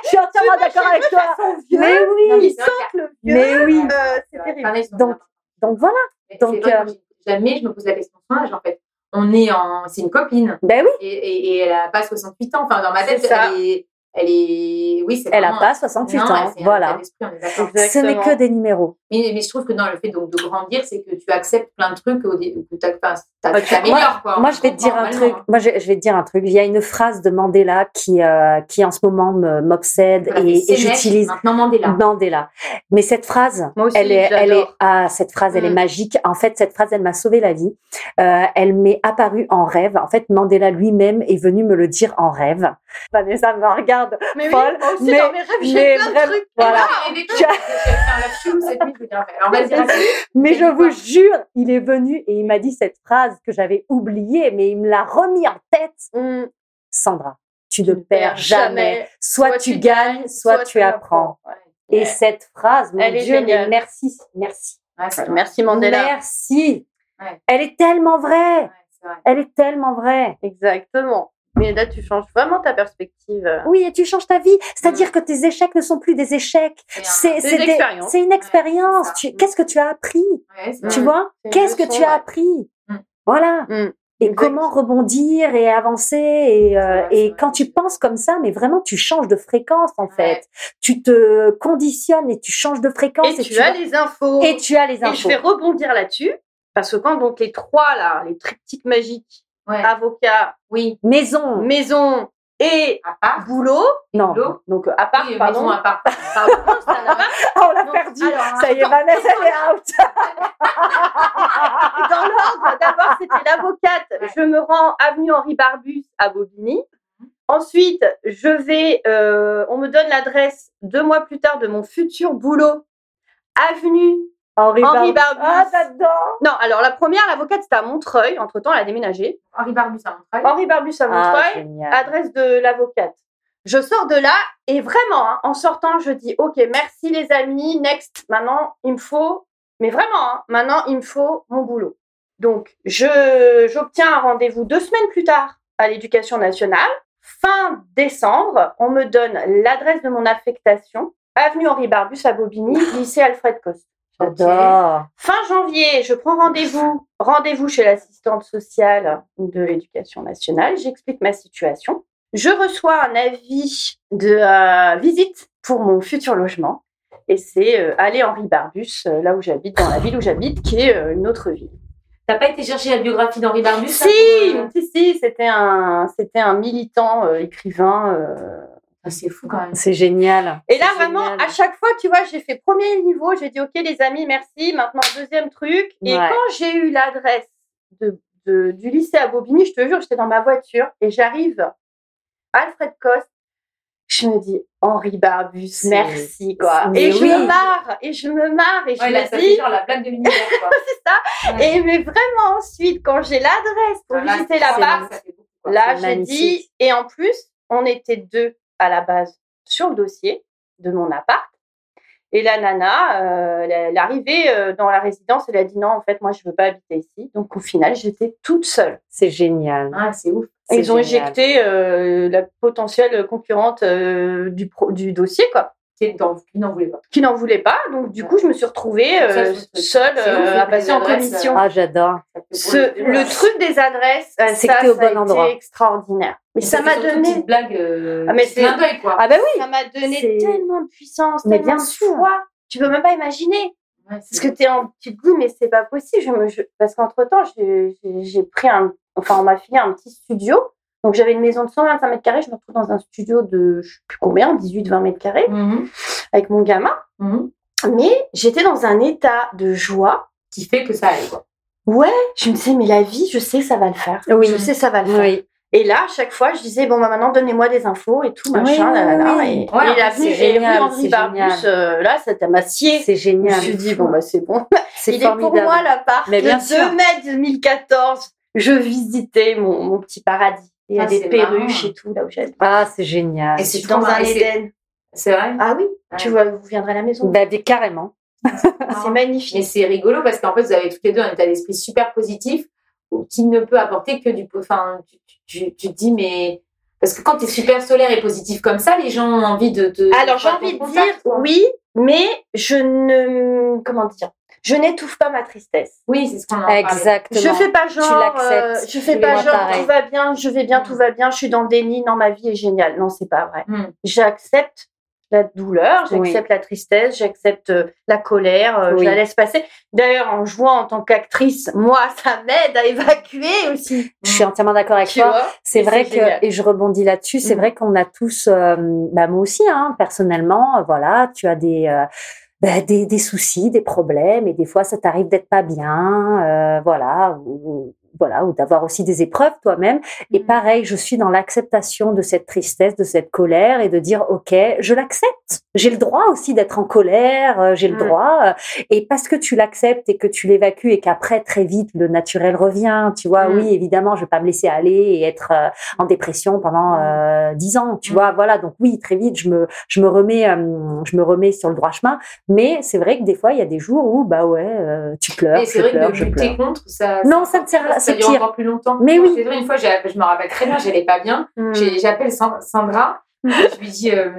C: je suis entièrement d'accord avec toi. Mais
A: Non, mais
C: oui.
A: c'est vrai
B: Le vieux.
C: Mais oui.
B: Euh, c'est
A: qu'il y a-
B: terrible.
A: Pareil, ils sont
C: Donc,
A: bien.
C: Donc voilà.
A: Mais
C: donc,
A: c'est vrai,
C: euh,
A: moi, j'ai- jamais je me pose la question de son âge, en fait. On est en. C'est une copine.
C: Ben oui,
A: Et, et, et elle a pas 68 ans. Enfin, dans ma tête,
B: C'est ça.
A: elle est. Elle est. Oui, c'est
C: elle
A: a
C: n'a pas 68 ans. Voilà. Ce
B: Exactement.
C: n'est que des numéros.
A: Mais, mais je trouve que dans le fait donc, de grandir, c'est que tu acceptes plein de trucs au dé- que t'as- enfin, t'as-
B: Ah,
A: tu t'améliores. quoi.
C: Bah, Moi, je vais te dire un truc. Moi, je, je vais te dire un truc. Il y a une phrase de Mandela qui, euh, qui en ce moment me- m'obsède
B: Ah,
C: et, et j'utilise
A: Maintenant, Mandela.
C: Mandela. Mais cette phrase,
B: Moi aussi,
C: elle est, elle est,
B: j'adore.
C: ah, cette phrase, elle est
A: Mm.
C: magique. En fait, cette phrase, elle m'a sauvé la vie. Euh, elle m'est apparue en rêve. En fait, Mandela lui-même est venu me le dire en rêve. Vanessa me regarde.
B: Mais oui,
C: folle,
B: moi aussi,
C: mais-
B: dans mes rêves,
C: mais
B: j'ai plein
C: vraiment,
B: de trucs.
C: voilà.
A: Ah, mais je vais faire la chou cette nuit, je vais dire, Alors, vas-y, vas-y.
C: Mais
A: Mais
C: je
A: dis
C: vous
A: pas.
C: jure, il est venu et il m'a dit cette phrase que j'avais oubliée, mais il me l'a remis en tête.
B: Mm.
C: Sandra, tu ne perds jamais. Soit, tu gagnes, soit, tu apprends.
B: Ouais.
C: Et cette phrase, mon
B: Elle est
C: Dieu, mais
B: géniale.
C: merci, merci.
A: Ouais, c'est vrai.
B: Merci Mandela.
C: Merci.
A: Ouais.
C: Elle est tellement vraie.
A: Ouais, c'est vrai.
C: Elle est tellement vraie.
B: Exactement. Mais là, tu changes vraiment ta perspective.
C: Oui, et tu changes ta vie. C'est-à-dire que tes échecs ne sont plus des échecs.
A: C'est un-
B: Des
C: C'est c'est des-
B: expériences.
C: c'est une
A: Ouais,
C: expérience.
A: c'est ça.
C: Tu- Qu'est-ce que tu as appris
A: Ouais, c'est
B: Mm.
C: Tu
A: vrai.
C: vois
B: C'est une
C: Qu'est-ce que
B: leçon,
C: tu as
B: ouais.
C: appris
A: Mm.
C: Voilà.
B: Mm.
C: Et
B: Exact.
C: comment rebondir et avancer et, euh,
A: C'est vrai, c'est
C: et
A: vrai.
C: quand tu penses comme ça, mais vraiment tu changes de fréquence en
A: Ouais.
C: fait. Tu te conditionnes et tu changes de fréquence
B: Et tu,
C: vas-
B: as les infos.
C: et tu as les
B: Et je
C: infos.
B: vais rebondir là-dessus. Parce que quand donc les trois, là, les triptyques magiques,
A: Ouais.
B: avocat,
A: Oui,
C: Maison.
B: maison et
A: à part.
B: boulot,
C: Non.
A: L'eau.
B: donc euh, à part,
A: Oui,
B: pardon,
A: maison à part.
B: pardon, ça n'a pas-
C: Ah, on l'a
B: Non,
C: perdu.
A: hein,
B: alors,
C: ça y est, Vanessa, elle est out.
B: dans l'ordre, d'abord c'était l'avocate,
A: Ouais.
B: je me rends avenue Henri Barbus à Bobigny. Ensuite, je vais, euh, on me donne l'adresse deux mois plus tard de mon futur boulot, avenue
C: Henri,
B: Henri
C: Barbe-
B: Barbus.
C: Ah, t'adores.
B: Non, alors la première, l'avocate, c'était à Montreuil. Entre-temps, elle a déménagé.
A: Henri Barbus à Montreuil.
C: Oh,
B: Henri Barbus à
C: Ah,
B: Montreuil,
C: génial.
B: adresse de l'avocate. Je sors de là et vraiment, hein, en sortant, je dis Ok, merci les amis, next. Maintenant, il me faut, mais vraiment, hein, maintenant, il me faut mon boulot. Donc, je- j'obtiens un rendez-vous deux semaines plus tard à l'éducation nationale. Fin décembre, on me donne l'adresse de mon affectation, avenue Henri Barbus à Bobigny, lycée Alfred Coste.
A: Ah,
C: J'adore.
B: Fin janvier, je prends rendez-vous, rendez-vous chez l'assistante sociale de l'éducation nationale. J'explique ma situation. Je reçois un avis de euh, visite pour mon futur logement. Et c'est euh, Allée Henri Barbus, euh, là où j'habite, dans la ville où j'habite, qui est euh, une autre ville.
A: T'as pas été chercher la biographie d'Henri Barbus là,
B: Si,
A: pour, euh,
B: si, si, c'était un, c'était un militant euh, écrivain euh,
A: Ah, C'est fou quand même.
C: C'est génial.
B: Et là,
C: C'est
B: vraiment,
C: génial.
B: à chaque fois, tu vois, j'ai fait premier niveau, j'ai dit, OK, les amis, merci. Maintenant, deuxième truc. Et
C: Ouais.
B: quand j'ai eu l'adresse de, de- du lycée à Bobigny, je te jure, j'étais dans ma voiture et j'arrive à Alfred Coste. Je me dis, Henri Barbus,
C: C'est-
B: merci, quoi.
C: Mais
B: Et je
C: oui.
B: me marre, et je me marre, et je
A: Ouais, là, ça
B: me
A: fait
B: dis,
A: genre la blague de l'univers, quoi. Ouais.
B: et mais vraiment, ensuite, quand j'ai l'adresse pour
A: Voilà,
B: visiter
A: Ah, c'est-
B: l'appart,
A: ça fait beaucoup, quoi.
B: Là,
C: C'est
B: j'ai
C: magnifique.
B: dit, et en plus, on était deux à la base sur le dossier de mon appart. Et la nana, euh, elle- elle est arrivée euh, dans la résidence, elle a dit non, en fait, moi, je veux pas habiter ici. Donc, au final, j'étais toute seule.
C: C'est génial.
A: Ah, c'est ouf.
C: C'est
B: Ils ont
C: génial.
B: éjecté euh, la potentielle concurrente euh, du, pro- du dossier, quoi,
A: Qui n'en qui n'en voulait pas.
B: qui n'en voulait pas. Donc, du coup, je me suis retrouvée
A: Ça,
B: euh,
A: c'est le truc.
B: seule
A: C'est ouf,
B: euh, à
A: les
B: passer en
A: adresses,
B: commission.
C: Ah, j'adore.
B: Ce- le truc des adresses, euh,
C: C'est
B: ça,
C: que t'es au
B: ça a
C: bon
B: été
C: endroit.
B: extraordinaire. Mais ça m'a
A: une
B: donné
A: petite blague. euh,
B: Ah, mais
A: petit
B: c'est-
A: clin d'œil, quoi.
C: Ah bah oui.
B: Ça m'a donné
C: C'est-
B: tellement de puissance,
C: Mais
B: tellement
C: bien
B: de
C: sûr.
B: foi. Tu peux même pas imaginer.
A: Ouais,
B: Parce
A: c'est-
B: que t'es en... tu te dis, mais c'est pas possible. Je me- je- Parce qu'entre-temps, j'ai- j'ai j'ai pris un... Enfin, on m'a filé un petit studio. Donc, j'avais une maison de 125 mètres carrés. Je me retrouve dans un studio de, je sais plus combien, 18-20 mètres carrés,
A: Mhm,
B: avec mon gamin.
A: mhm.
B: Mais j'étais dans un état de joie.
A: Qui fait que ça aille, quoi.
B: Je me disais, mais la vie, je sais, ça va le faire.
C: Oui.
B: Ah Je sais, ça va le faire.
C: Oui.
B: Et là, à chaque fois, je disais, bon, bah, maintenant, donnez-moi des infos et tout,
C: Oui,
B: machin,
C: oui,
B: nanana.
C: oui.
B: Et,
A: Ouais,
B: et il a
C: c'est
B: venu, et oui,
C: génial, c'est
B: Henri Barbus,
C: génial.
B: euh, là, ça t'a macié.
C: C'est
B: Je me
C: génial.
B: suis dit, bon, bah, c'est bon.
C: C'est
B: Il est pour
C: formidable.
B: moi l'appart.
C: Mais
B: Le
C: bien
B: 2
C: sûr.
B: mai 2014, je visitais mon, mon petit paradis. Il y a
A: Ah,
B: des
A: c'est
B: perruches
A: marrant.
B: et tout, là où j'habite.
C: Ah, c'est génial.
A: Et c'est
B: Dans
A: trop
B: un
A: marrant. Et c'est-
B: Éden.
A: C'est vrai.
B: Ah oui, tu
A: Ouais.
B: vois, vous viendrez à la maison.
C: Bah, des- carrément.
B: c'est
A: Mais
B: magnifique.
A: c'est rigolo parce qu'en fait, vous avez toutes les deux un état d'esprit super positif ou- qui ne peut apporter que du. po- Enfin, tu, tu- tu, tu te dis, mais. Parce que quand tu es super solaire et positif comme ça, les gens ont envie de te.
B: Alors, j'ai envie de
A: contact,
B: dire
A: quoi.
B: oui, mais je ne. Comment dire Je n'étouffe pas ma tristesse.
A: Oui, c'est ce qu'on a parlé.
C: Exactement.
B: Je fais pas genre,
C: l'acceptes.
B: euh, je fais
C: Tu
B: pas
C: vois,
B: genre,
C: pareil.
B: tout va bien, je vais bien, tout va bien, je suis dans le déni, non, ma vie est géniale. Non, c'est pas vrai.
A: Mm.
B: J'accepte la douleur, j'accepte la tristesse, j'accepte euh, la colère, euh, je
C: Oui.
B: la laisse passer. D'ailleurs, en jouant en tant qu'actrice, moi, ça m'aide à évacuer aussi.
C: Je suis entièrement d'accord avec
B: Tu
C: toi.
B: vois
C: C'est
B: Et
C: vrai
B: c'est
C: que,
B: génial. Mmh.
C: et je rebondis là-dessus, c'est
A: Mhm.
C: vrai qu'on a tous, euh, bah moi aussi, hein, personnellement, euh, voilà, tu as des, euh, bah, des, des soucis, des problèmes, et des fois ça t'arrive d'être pas bien, euh, voilà, ou, ou- voilà, ou d'avoir aussi des épreuves toi-même. Et
B: Mmh.
A: Mhm.
C: pareil, je suis dans l'acceptation de cette tristesse, de cette colère, et de dire, ok, je l'accepte. J'ai le droit aussi d'être en colère, euh, j'ai le
B: Mhm.
C: droit. euh, et parce que tu l'acceptes et que tu l'évacues et qu'après très vite le naturel revient, tu vois,
A: Mm.
C: oui évidemment je vais pas me laisser aller et être euh, en dépression pendant euh, dix ans, tu
A: Mm.
C: vois, voilà donc oui très vite je me je me remets euh, je me remets sur le droit chemin, mais c'est vrai que des fois il y a des jours où bah ouais euh, tu pleures,
A: Mais c'est
C: je
A: vrai
C: pleure,
A: que de
C: je
A: lutter
C: pleure.
A: contre, ça.
C: Non ça ne sert à-
A: ça,
C: c'est
A: dure
C: pire.
A: encore plus longtemps.
C: Mais
A: Moi,
C: oui.
A: C'est vrai, une fois, j'ai- je me rappelle très bien, j'allais pas bien.
B: Mm.
A: J'ai- J'appelle San- Sandra. et je lui dis, euh,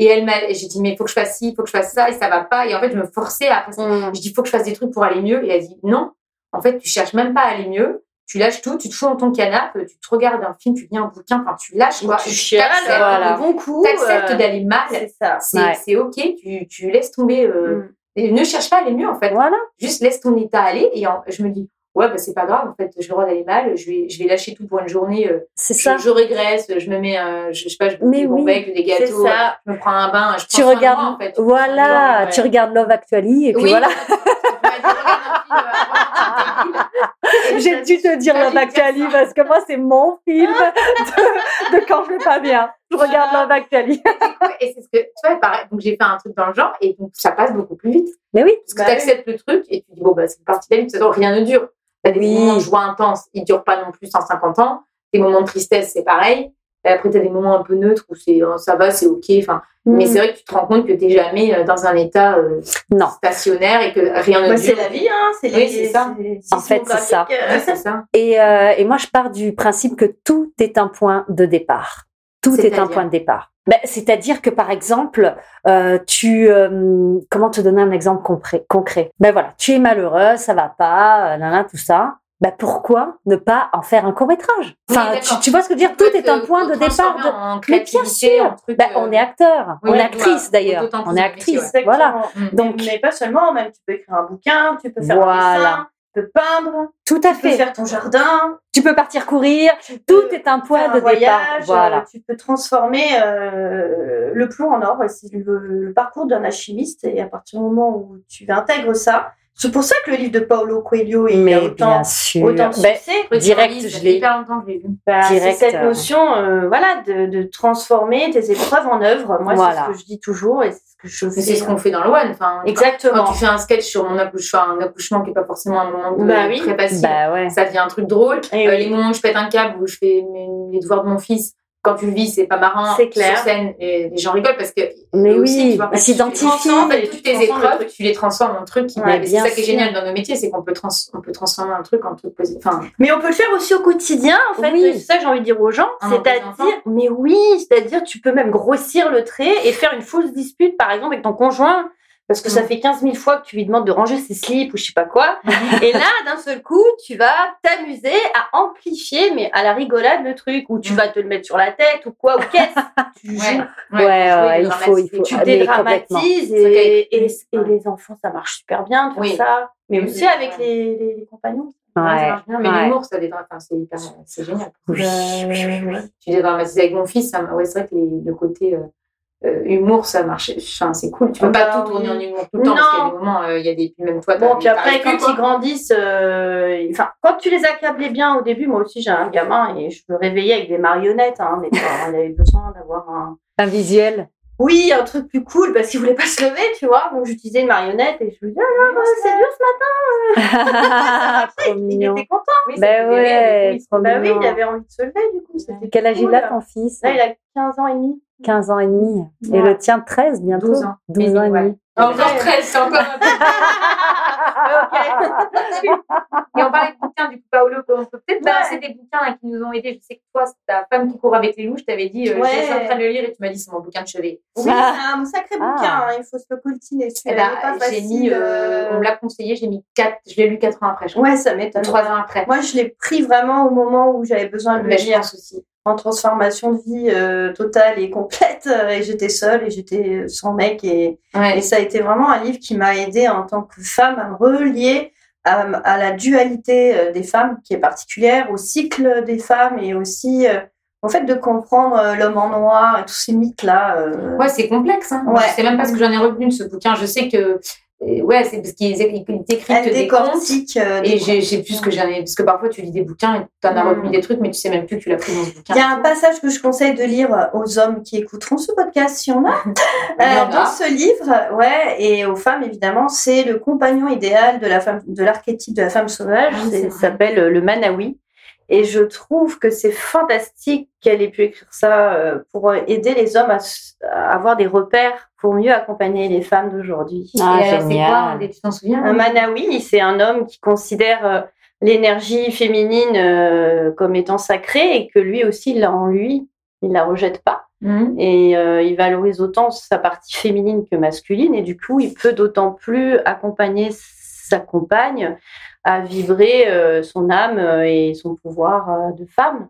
A: et elle m'a, et j'ai dit, mais faut que je fasse ci, faut que je fasse ça, et ça va pas. Et en fait, je me forçais à faire ça.
B: Mm.
A: Je dis, faut que je fasse des trucs pour aller mieux. Et elle dit, non. En fait, tu cherches même pas à aller mieux. Tu lâches tout, tu te fous dans ton canapé, tu te regardes un film, tu lis un bouquin, enfin, tu lâches, quoi.
B: Tu
A: Et
B: chiales,
A: t'acceptes.
C: voilà.
B: un bon coup.
A: T'acceptes
B: euh,
A: d'aller mal.
B: C'est ça.
A: C'est
C: Ouais.
A: c'est ok, tu, tu laisses tomber. euh,
B: Mm.
A: et ne cherche pas à aller mieux, en fait
C: Voilà,
A: juste laisse ton état aller et en- je me dis ouais bah c'est pas grave en fait j'ai le droit d'aller mal je vais je vais lâcher tout pour une journée euh,
C: c'est
A: je,
C: ça.
A: je régresse je me mets euh, je, je sais pas je bouffe
C: Mais
A: des
C: oui,
A: bonbons avec des
B: C'est
A: gâteaux
B: ça.
A: je me prends un bain je prends
C: Tu
A: soin de
C: regardes,
A: moi, en fait.
C: voilà,
A: Ouais.
C: tu regardes Love Actually et puis
A: Oui,
C: voilà.
A: je regarde un film, euh,
C: J'ai dû te dire
A: J'allais
C: Love
A: dire
C: Actually
A: ça.
C: parce que moi c'est mon film de, de quand je vais pas bien. Je regarde Love Actually.
A: et c'est ce que tu vois pareil donc j'ai fait un truc dans le genre et donc ça passe beaucoup plus vite
C: Mais oui.
A: parce que
B: Bah
A: tu acceptes le truc et tu dis bon bah c'est une partie de la vie de toute façon rien ne dure t'as des
C: Oui.
A: moments de joie intense ils durent pas non plus 150 ans des moments de tristesse c'est pareil et après t'as des moments un peu neutres où c'est euh, ça va c'est ok enfin
C: Mm.
A: mais c'est vrai que tu te rends compte que t'es jamais euh, dans un état euh,
C: Non.
A: stationnaire et que rien ne
B: Bah,
A: dure
B: c'est la vie, hein. C'est
A: Oui,
B: les-
A: c'est ça.
C: En fait, c'est ça.
A: Ouais,
B: euh,
A: c'est ça
C: Et, euh, et moi, je pars du principe que tout est un point de départ. Tout est, un
A: C'est-à-dire
C: point de départ. Ben, C'est-à-dire que, par exemple, euh, tu... euh, comment te donner un exemple concret, concret Ben voilà, tu es malheureux, ça va pas, euh, nanana, tout ça. Ben pourquoi ne pas en faire un court-métrage Enfin,
A: Oui,
C: tu,
A: d'accord.
C: tu vois ce que je veux dire Tout est un
A: euh,
C: point de départ. De... Mais bien sûr Ben, On
B: euh,
C: est acteur,
A: oui,
C: on est
A: on doit
C: actrice d'ailleurs,
A: autant plus
C: on est
A: aimer,
C: actrice,
A: ouais.
B: Exactement.
C: voilà.
A: Mm.
C: Donc,
B: mais pas seulement, même tu peux écrire un bouquin, tu peux faire
C: Voilà.
B: un dessin, peux peindre,
C: Tout à
B: tu peux
C: fait.
B: faire ton jardin,
C: Tu peux partir courir.
B: tu
C: Tout
B: peux
C: est un
B: faire
C: point
B: un
C: de
B: voyage,
C: départ. Voilà.
B: euh, tu peux transformer euh, le plomb en or. C'est le, le parcours d'un alchimiste et à partir du moment où tu intègres ça, c'est pour ça que le livre de Paolo Coelho est
C: Mais
B: autant,
C: bien sûr.
B: autant de
C: Ben,
B: succès.
C: Direct, je l'ai.
A: hyper longtemps que je l'ai vu.
B: Bah, c'est
C: direct,
B: cette
C: euh,
B: notion euh, voilà, de, de transformer tes épreuves en œuvre. Moi, c'est
C: Voilà.
B: ce que je dis toujours et c'est ce que je fais.
A: Mais c'est ce qu'on fait dans le one. Enfin,
B: Exactement.
A: Quand tu fais un sketch sur mon accouchement, un accouchement qui n'est pas forcément un moment de-
B: Bah oui.
A: très facile,
C: Bah ouais.
A: ça devient un truc drôle.
B: Eh
A: Euh,
B: oui.
A: Les moments où je pète un câble, où je fais mes- les devoirs de mon fils, quand tu le vis, c'est pas marrant.
B: C'est clair.
A: Sur scène, et les gens rigolent parce que.
C: Mais
A: eux aussi, tu
C: oui,
A: vois,
C: ils
A: tu les
C: s'identifient.
A: transformes, en fait,
B: Et tu
A: toutes tes
B: transformes le
A: épreuves,
B: truc.
A: tu les transformes en trucs. qui-
B: Ouais,
A: et c'est
C: bien
A: ça qui est
C: sûr.
A: génial dans nos métiers, c'est qu'on peut, trans on peut transformer un truc en truc positif. Enfin,
B: Mais on peut le faire aussi au quotidien, en fait.
C: Oui.
B: C'est ça que j'ai envie de dire aux gens.
A: Un emploi des enfants.
B: C'est-à-dire, mais oui, c'est-à-dire, tu peux même grossir le trait et faire une fausse dispute, par exemple, avec ton conjoint. Parce que ça
A: Mm.
B: fait 15 000 fois que tu lui demandes de ranger ses slips ou je sais pas quoi. et là, d'un seul coup, tu vas t'amuser à amplifier, mais à la rigolade, le truc. Ou tu
A: Mm.
B: vas te le mettre sur la tête ou quoi, ou qu'est-ce. tu joues,
C: Ouais, ouais, il faut, il faut.
B: tu
C: Ah, mais complètement.
B: dédramatises
A: C'est vrai
B: et, et,
A: qu'avec-
B: et les enfants, ça marche super bien de faire
A: Oui.
B: ça. Mais
A: Oui,
B: aussi
A: oui,
B: avec
A: ouais.
B: les, les- les compagnons.
A: Ouais, ça
C: Ouais.
A: marche bien, mais
C: ouais.
A: l'humour, ça dédrame. Enfin, c'est hyper, c'est génial.
C: Oui,
B: Bah,
C: oui, oui.
A: Tu dédramatises avec mon fils, ça m'a- ouais, c'est vrai que les- le côté euh, euh, humour, ça marche. Enfin, c'est cool. Tu peux
B: Ah
A: pas
B: bah
A: tout tourner
B: oui.
A: en humour tout le temps, parce qu'il y a
B: Non.
A: des moments, euh, il y a des. puis Même toi,
B: Bon,
A: t'as-
B: puis après,
A: t'arrives
B: quand
A: plus, quoi.
B: ils grandissent, euh, enfin, quand tu les accablais bien au début, moi aussi j'ai un gamin et je me réveillais avec des marionnettes. Hein, mais on avait besoin d'avoir un.
C: Un visuel.
B: Oui, un truc plus cool parce qu'il voulait pas se lever, tu vois. Donc j'utilisais une marionnette et je lui disais, ah, là, là, c'est dur ce
C: Trop
B: matin. Il
C: mignon.
B: était content.
A: Oui, ça
C: Ben
A: fait rêver,
C: ouais,
A: oui.
C: trop
B: Bah oui,
C: mignon.
B: il avait envie de se lever du coup. c'était
C: Quel âge il a
B: cool.
C: ton fils
B: Là, il a 15 ans et demi.
C: 15 ans et demi. Et
B: Ouais.
C: le tien, 13 bientôt
A: 12 ans.
C: 12 ans et
A: Ouais.
C: demi.
A: Encore 13, c'est encore un peu. Et on parlait de bouquins, du coup, Paolo, on peut peut-être
B: Ouais.
A: balancer des bouquins hein, qui nous ont aidés. Je sais que toi, c'est ta femme qui court avec les loups, je t'avais dit, euh,
B: Ouais.
A: je suis en train de le lire et tu m'as dit, c'est mon bouquin de chevet.
B: Oui, c'est un sacré
C: Ah.
B: bouquin, hein, il faut se le coltiner.
A: Eh
B: celui-là,
A: ben,
B: il est pas
A: j'ai
B: facile,
A: mis, euh,
B: euh,
A: on me l'a conseillé, j'ai mis 4, je l'ai lu 4 ans après, je crois.
B: Ouais, ça m'étonne.
A: 3 ans après.
B: Moi, je l'ai pris vraiment au moment où j'avais besoin de le
A: Mais je
B: lire,
A: pense aussi.
B: en transformation de vie euh, totale et complète. euh, Et j'étais seule et j'étais sans mec. Et,
A: Ouais.
B: et ça a été vraiment un livre qui m'a aidée en tant que femme à me relier à, à la dualité euh, des femmes qui est particulière, au cycle des femmes et aussi, euh, en fait, de comprendre euh, l'homme en noir et tous ces mythes-là. euh.
A: Ouais, c'est complexe. Hein.
B: Ouais.
A: Je sais même pas ce que j'en ai retenu de ce bouquin. Je sais que, euh, ouais, c'est parce qu'ils écrivent
B: Elle
A: des contes.
B: décortique. euh, des
A: Et j'ai j'ai plus ce que j'en ai, parce que parfois tu lis des bouquins et t'en as
B: Mm.
A: retenu des trucs, mais tu sais même plus que tu l'as pris dans ce bouquin.
B: Il y a un passage que je conseille de lire aux hommes qui écouteront ce podcast, si on a.
A: Il y
B: Euh,
A: en a.
B: dans ce livre, ouais, et aux femmes évidemment, c'est le compagnon idéal de la femme, de l'archétype de la femme sauvage.
A: Ah, c'est
B: C'est-
A: vrai.
B: ça s'appelle euh, le Manawi. Et je trouve que c'est fantastique qu'elle ait pu écrire ça euh, pour aider les hommes à, s- à avoir des repères pour mieux accompagner les femmes d'aujourd'hui.
C: Ah,
A: et alors, c'est
C: génial.
A: quoi un des- Tu t'en souviens
B: Un
A: hein
B: Manawi, c'est un homme qui considère euh, l'énergie féminine euh, comme étant sacrée et que lui aussi, il l'a en lui, il la rejette pas
A: Mm.
B: et euh, il valorise autant sa partie féminine que masculine et du coup il peut d'autant plus accompagner sa compagne à vibrer euh, son âme euh, et son pouvoir euh, de femme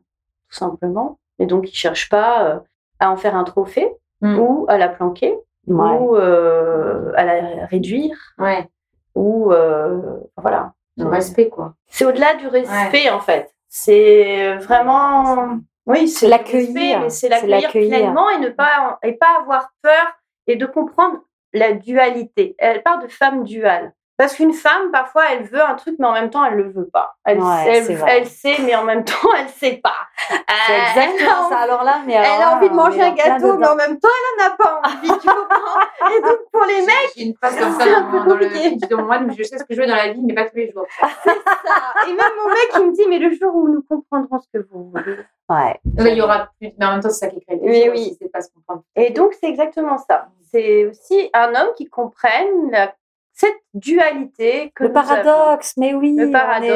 B: tout simplement et donc il cherche pas euh, à en faire un trophée
A: Mm.
B: ou à la planquer
C: Ouais.
B: ou euh, à la réduire
A: Ouais,
B: ou euh, voilà
A: le respect, quoi.
B: c'est au-delà du respect en fait c'est vraiment oui, c'est
C: L'accueillir,
B: le respect, mais c'est
C: c'est
B: l'accueillir
C: l'accueillir.
B: pleinement et ne pas et pas avoir peur et de comprendre la dualité. Elle parle de femme duale. Parce qu'une femme, parfois, elle veut un truc, mais en même temps, elle le veut pas. Elle,
C: Ouais,
B: sait,
C: c'est
B: elle,
C: vrai.
B: elle sait, mais en même temps, elle sait pas.
C: C'est
B: Euh, elle a
C: exactement ça.
B: envie-
C: Alors là, mais
B: Elle
C: alors
B: a
C: là,
B: envie de
C: on
B: manger
C: est
B: un
C: dans plein
B: gâteau,
C: de-
B: mais en même temps, elle en a pas envie, tu comprends Et donc, pour les mecs,
A: J'ai une phrase comme ça
B: C'est un
A: dans,
B: peu
A: dans le
B: compliqué. Ah.
A: pitch de moi, mais je sais ce que je veux dans la vie, mais pas tous les jours.
B: ça- et même mon mec, il me dit, mais le jour où nous comprendrons ce que vous voulez,
C: Ouais.
A: Là, il y aura plus. Mais en même temps, c'est ça qui crée le
B: Oui,
A: plaisir
B: oui.
A: aussi, C'est pas se comprendre.
B: Et donc, c'est exactement ça. C'est aussi un homme qui comprenne la- cette dualité que
C: Le
B: nous avons.
C: paradoxe, mais oui.
B: Le
C: on est,
B: paradoxe,
C: euh,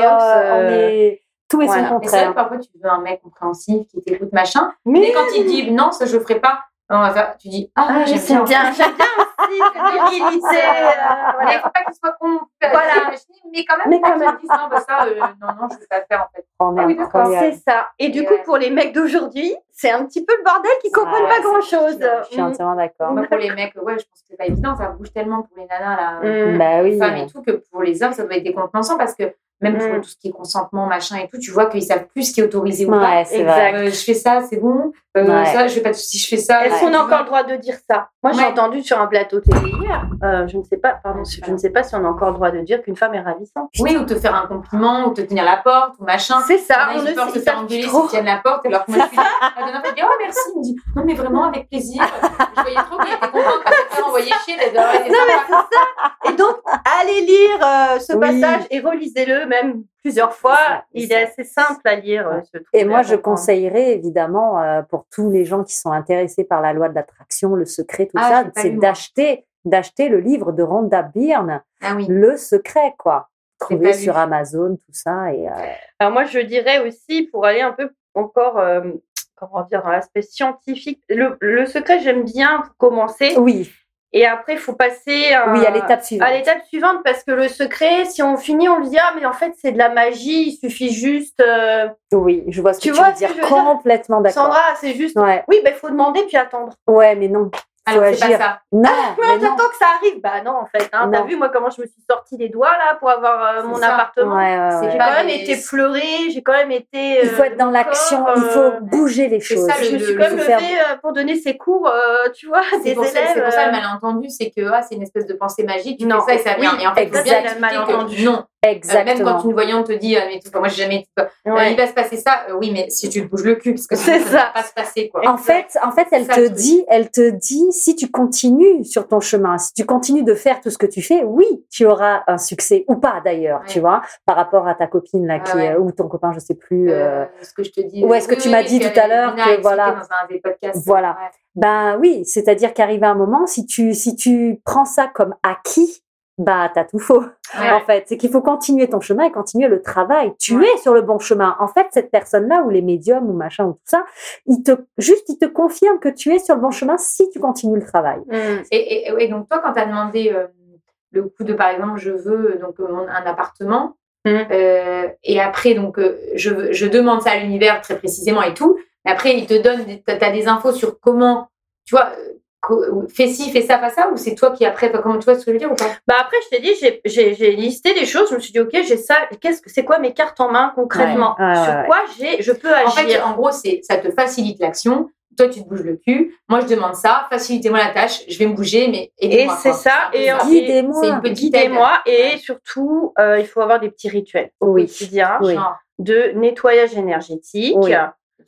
C: on
B: euh,
C: est- Tout est
B: voilà.
C: son
A: Et c'est vrai
C: contraire.
A: que parfois, tu veux un mec compréhensif qui t'écoute, machin.
B: Mais,
A: Mais quand il dit non, ça je le ferai pas, on va faire- tu dis ah,
B: Ah,
A: j'aime bien.
B: j'aime bien, j'aime bien aussi cette dualité. euh,
A: Mais il
B: voilà.
A: faut pas qu'il soit con.
B: Voilà.
A: Mais quand même,
C: Mais
A: pas
C: quand
A: qu'il dise, non, bah, ça, euh, non, non, je ne vais pas faire en fait.
C: On est
A: Ah oui, d'accord,
C: incroyable.
B: C'est ça. Et du
A: Et
B: coup,
A: ouais.
B: pour les mecs d'aujourd'hui, c'est un petit peu le bordel qui comprennent
C: Ouais,
B: pas
C: c'est
B: grand chose.
C: chiant, Je suis entièrement d'accord.
A: Moi, pour les mecs, ouais, je pense que c'est pas évident. Ça bouge tellement pour les nanas, là,
B: Mm. Ah
C: Bah oui.
A: les femmes et tout, que pour les hommes, ça doit être décontenancant parce que même pour
B: Mm.
A: tout ce qui est consentement, machin et tout, tu vois qu'ils savent plus ce qui est autorisé ou pas.
C: Ouais, c'est vrai.
A: Euh, je fais ça, c'est bon. Euh,
C: Ouais.
A: Ça, je fais pas de soucis, je fais ça.
B: Mm. Est-ce
A: Ouais.
B: qu'on a encore le droit de dire ça Moi, j'ai
A: Ouais.
B: entendu sur un plateau télé hier, euh, je ne sais pas, pardon, je ne sais pas si on a encore le droit de dire qu'une femme est ravissante.
A: Oui, ou te faire un compliment, ou te tenir la porte, ou machin.
B: C'est ça,
A: Il y en
B: on
A: a, ils
B: ne
A: ont peur de se
B: sait
A: faire
B: pas
A: engueuler
B: trop.
A: s'ils tiennent la porte, alors que moi je suis là. La dernière fois, je dis Oh merci, il me dit Non, mais vraiment, avec plaisir. Je voyais trop qu'il était content parce que ça envoyé chier d'être dans
B: Non, mais c'est ça. Et donc, allez lire euh, ce
C: Oui.
B: passage et relisez-le même plusieurs fois.
C: C'est ça, c'est
B: Il
C: ça.
B: est assez simple à lire, euh, ce truc.
C: Et moi, je conseillerais évidemment euh, pour tous les gens qui sont intéressés par la loi de l'attraction, le secret, tout
A: Ah, je
C: ça,
A: l'ai pas
C: c'est
A: lu, moi.
C: d'acheter d'acheter le livre de Rhonda Byrne,
A: Ah oui.
C: Le Secret, quoi.
A: l'ai
C: Trouvé
A: pas lu.
C: sur Amazon, tout ça. Et, euh,
B: Alors moi, je dirais aussi, pour aller un peu encore, euh, comment dire, dans l'aspect scientifique, le, le secret, j'aime bien pour commencer.
C: Oui,
B: Et après, il faut passer à,
C: oui, à l'étape suivante.
B: à l'étape suivante, parce que le secret, si on finit, on le dit, ah, mais en fait, c'est de la magie, il suffit juste... euh,
C: Oui, je vois ce
B: Tu
C: que
B: vois
C: tu
B: ce
C: veux
B: que
C: dire.
B: je veux dire
C: Complètement d'accord.
B: Sandra, c'est juste...
C: Ouais,
B: Oui, il faut demander puis attendre.
C: ouais, mais non.
A: Alors,
C: Faut
A: c'est
C: agir.
A: pas ça.
C: Non,
B: Ah,
C: mais non.
B: J'attends que ça arrive. Bah non, en fait. Hein, T'as
C: Non.
B: vu, moi, comment je me suis sortie les doigts, là, pour avoir euh,
A: C'est
B: mon
A: ça.
C: Ouais,
B: appartement.
C: ouais,
A: C'est
C: ouais.
B: J'ai
A: Bah,
B: quand même
A: mais-
B: été fleurée, j'ai quand même été...
C: Il faut
B: euh,
C: être dans l'action,
B: corps,
C: il
B: euh,
C: faut bouger les
A: c'est
C: choses.
A: ça,
B: Je me
A: le-
B: suis
A: le-
B: quand même
C: faut faire-
B: levée euh, pour donner ces cours, euh, tu vois, à des
A: C'est pour, ça-
B: élèves.
A: c'est pour ça le
B: euh,
A: malentendu, c'est que ah, c'est une espèce de pensée magique, tu
B: Non.
A: fais ça et ça vient.
B: Oui,
A: et en fait, faut bien
C: exact.
A: expliquer
B: Malentendu.
A: que non. Euh, même quand
C: Exactement.
A: une voyante te dit, Ah, mais tout, moi j'ai jamais dit quoi. Euh,
B: ouais.
A: il va se passer ça, Euh, oui, mais si tu te bouges le cul, parce que
B: C'est
A: sinon, ça
B: ça.
A: ne va pas se passer quoi.
C: En fait, en fait, elle
A: C'est ça,
C: te
A: le truc.
C: dit, elle te dit, si tu continues sur ton chemin, si tu continues de faire tout ce que tu fais, oui, tu auras un succès ou pas d'ailleurs,
A: Ouais.
C: tu vois, par rapport à ta copine là
A: Ouais,
C: qui
A: ouais.
C: euh, ou ton copain, je sais plus. euh,
A: Euh, ce que je te dis.
C: ou est-ce que tu m'as dit
A: qu'elle
C: tout à
A: avait
C: l'heure
A: bien
C: que
A: expliqué
C: voilà.
A: dans un des podcasts.
C: Voilà.
A: Ouais.
C: Ben oui, c'est-à-dire qu'arrive un moment, si tu si tu prends ça comme acquis, bah t'as tout faux.
A: Ouais.
C: En fait, c'est qu'il faut continuer ton chemin et continuer le travail. Tu
A: Ouais.
C: es sur le bon chemin. En fait, cette personne-là ou les médiums ou machin ou tout ça, il te juste il te confirme que tu es sur le bon chemin si tu continues le travail.
B: Mm.
A: Et, et- et ouais, donc, toi, quand tu as demandé euh, le coup de, par exemple, je veux euh, donc, euh, mon- un appartement,
B: Mm.
C: Hmm.
A: euh, et après, donc, euh, je, veux- je demande ça à l'univers très précisément et tout, mais après, il te donne, tu as des infos sur comment, tu vois, euh, co- fais ci, fais ça, fais ça, ou c'est toi qui après, enfin, comment tu vois ce que je veux dire ou pas
B: Bah après, je t'ai dit, j'ai- j'ai j'ai listé des choses. Je me suis dit, ok, j'ai ça. Qu'est-ce que c'est quoi mes cartes en main concrètement
C: Ouais, ouais,
B: Sur
C: ouais, ouais.
B: quoi j'ai, je peux agir
A: En fait, en gros, c'est ça te facilite l'action. Toi, tu te bouges le cul. Moi, je demande ça. Facilitez-moi la tâche. Je vais me bouger, mais
B: Et
A: aidez-moi,
B: c'est
A: quoi.
B: ça.
A: C'est
B: Et
A: un peu
B: en-
A: Ah, c'est une
C: Guidez-moi.
A: petite aide.
B: Guidez-moi et surtout, euh, il faut avoir des petits rituels au
C: Oui.
B: quotidien
C: Oui.
A: Genre,
B: de nettoyage énergétique.
A: tu
C: Oui.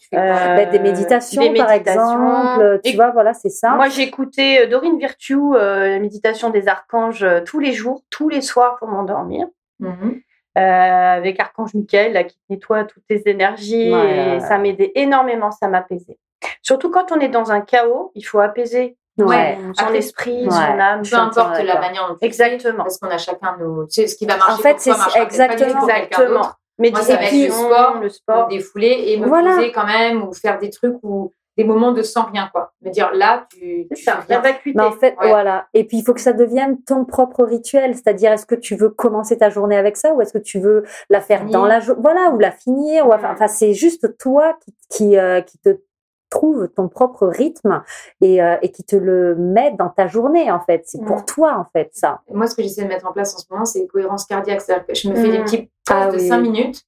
A: fais quoi
B: Euh,
C: Ben, des méditations,
B: des
C: par
B: méditations.
C: exemple. Tu
B: Et-
C: vois, voilà, c'est ça.
B: Moi, j'écoutais euh, Dorine Virtue, euh, la méditation des archanges, euh, tous les jours, tous les soirs pour m'endormir.
A: Mhm.
B: Euh, avec Archange Michael là, qui nettoie toutes tes énergies. et
C: Ouais, ouais,
B: Ça m'aidait énormément, ça m'apaisait. Surtout quand on est dans un chaos, il faut apaiser
A: ouais.
B: son
A: Après-
B: esprit,
C: Ouais.
B: son âme.
C: Je
A: Peu
C: suis entièrement
A: importe la
C: d'accord.
A: manière dont tu fais,
B: Exactement.
A: parce qu'on a chacun nos. Tu sais, ce qui va marcher
C: En fait,
A: pour toi
C: c'est-
A: marchera peut-être pas du tout
C: exactement.
A: pour quelqu'un
B: Exactement.
A: d'autre.
B: Méditation,
C: ça va être
A: le sport,
B: le
A: Pour
B: sport.
A: défouler et me
C: Voilà.
A: poser quand même, ou faire des trucs ou des moments de sans rien, quoi. Me dire là, tu.
B: C'est
A: tu
B: ça,
A: fais
B: la
A: rien.
B: vacuité.
C: Mais en fait,
A: Ouais.
C: voilà. Et puis, il faut que ça devienne ton propre rituel. C'est-à-dire, est-ce que tu veux commencer ta journée avec ça ou est-ce que tu veux la faire
A: Finir.
C: dans la journée Voilà, ou la finir. Ou enfin,
A: Mm.
C: enfin, c'est juste toi qui, qui, euh, qui te trouve ton propre rythme et, euh, et qui te le met dans ta journée, en fait. C'est
B: Mm.
C: pour toi, en fait, ça.
A: Moi, ce que j'essaie de mettre en place en ce moment, c'est une cohérence cardiaque. C'est-à-dire que je me fais
B: Mm.
A: des petits
C: Ah
A: pauses de
C: oui.
A: 5 minutes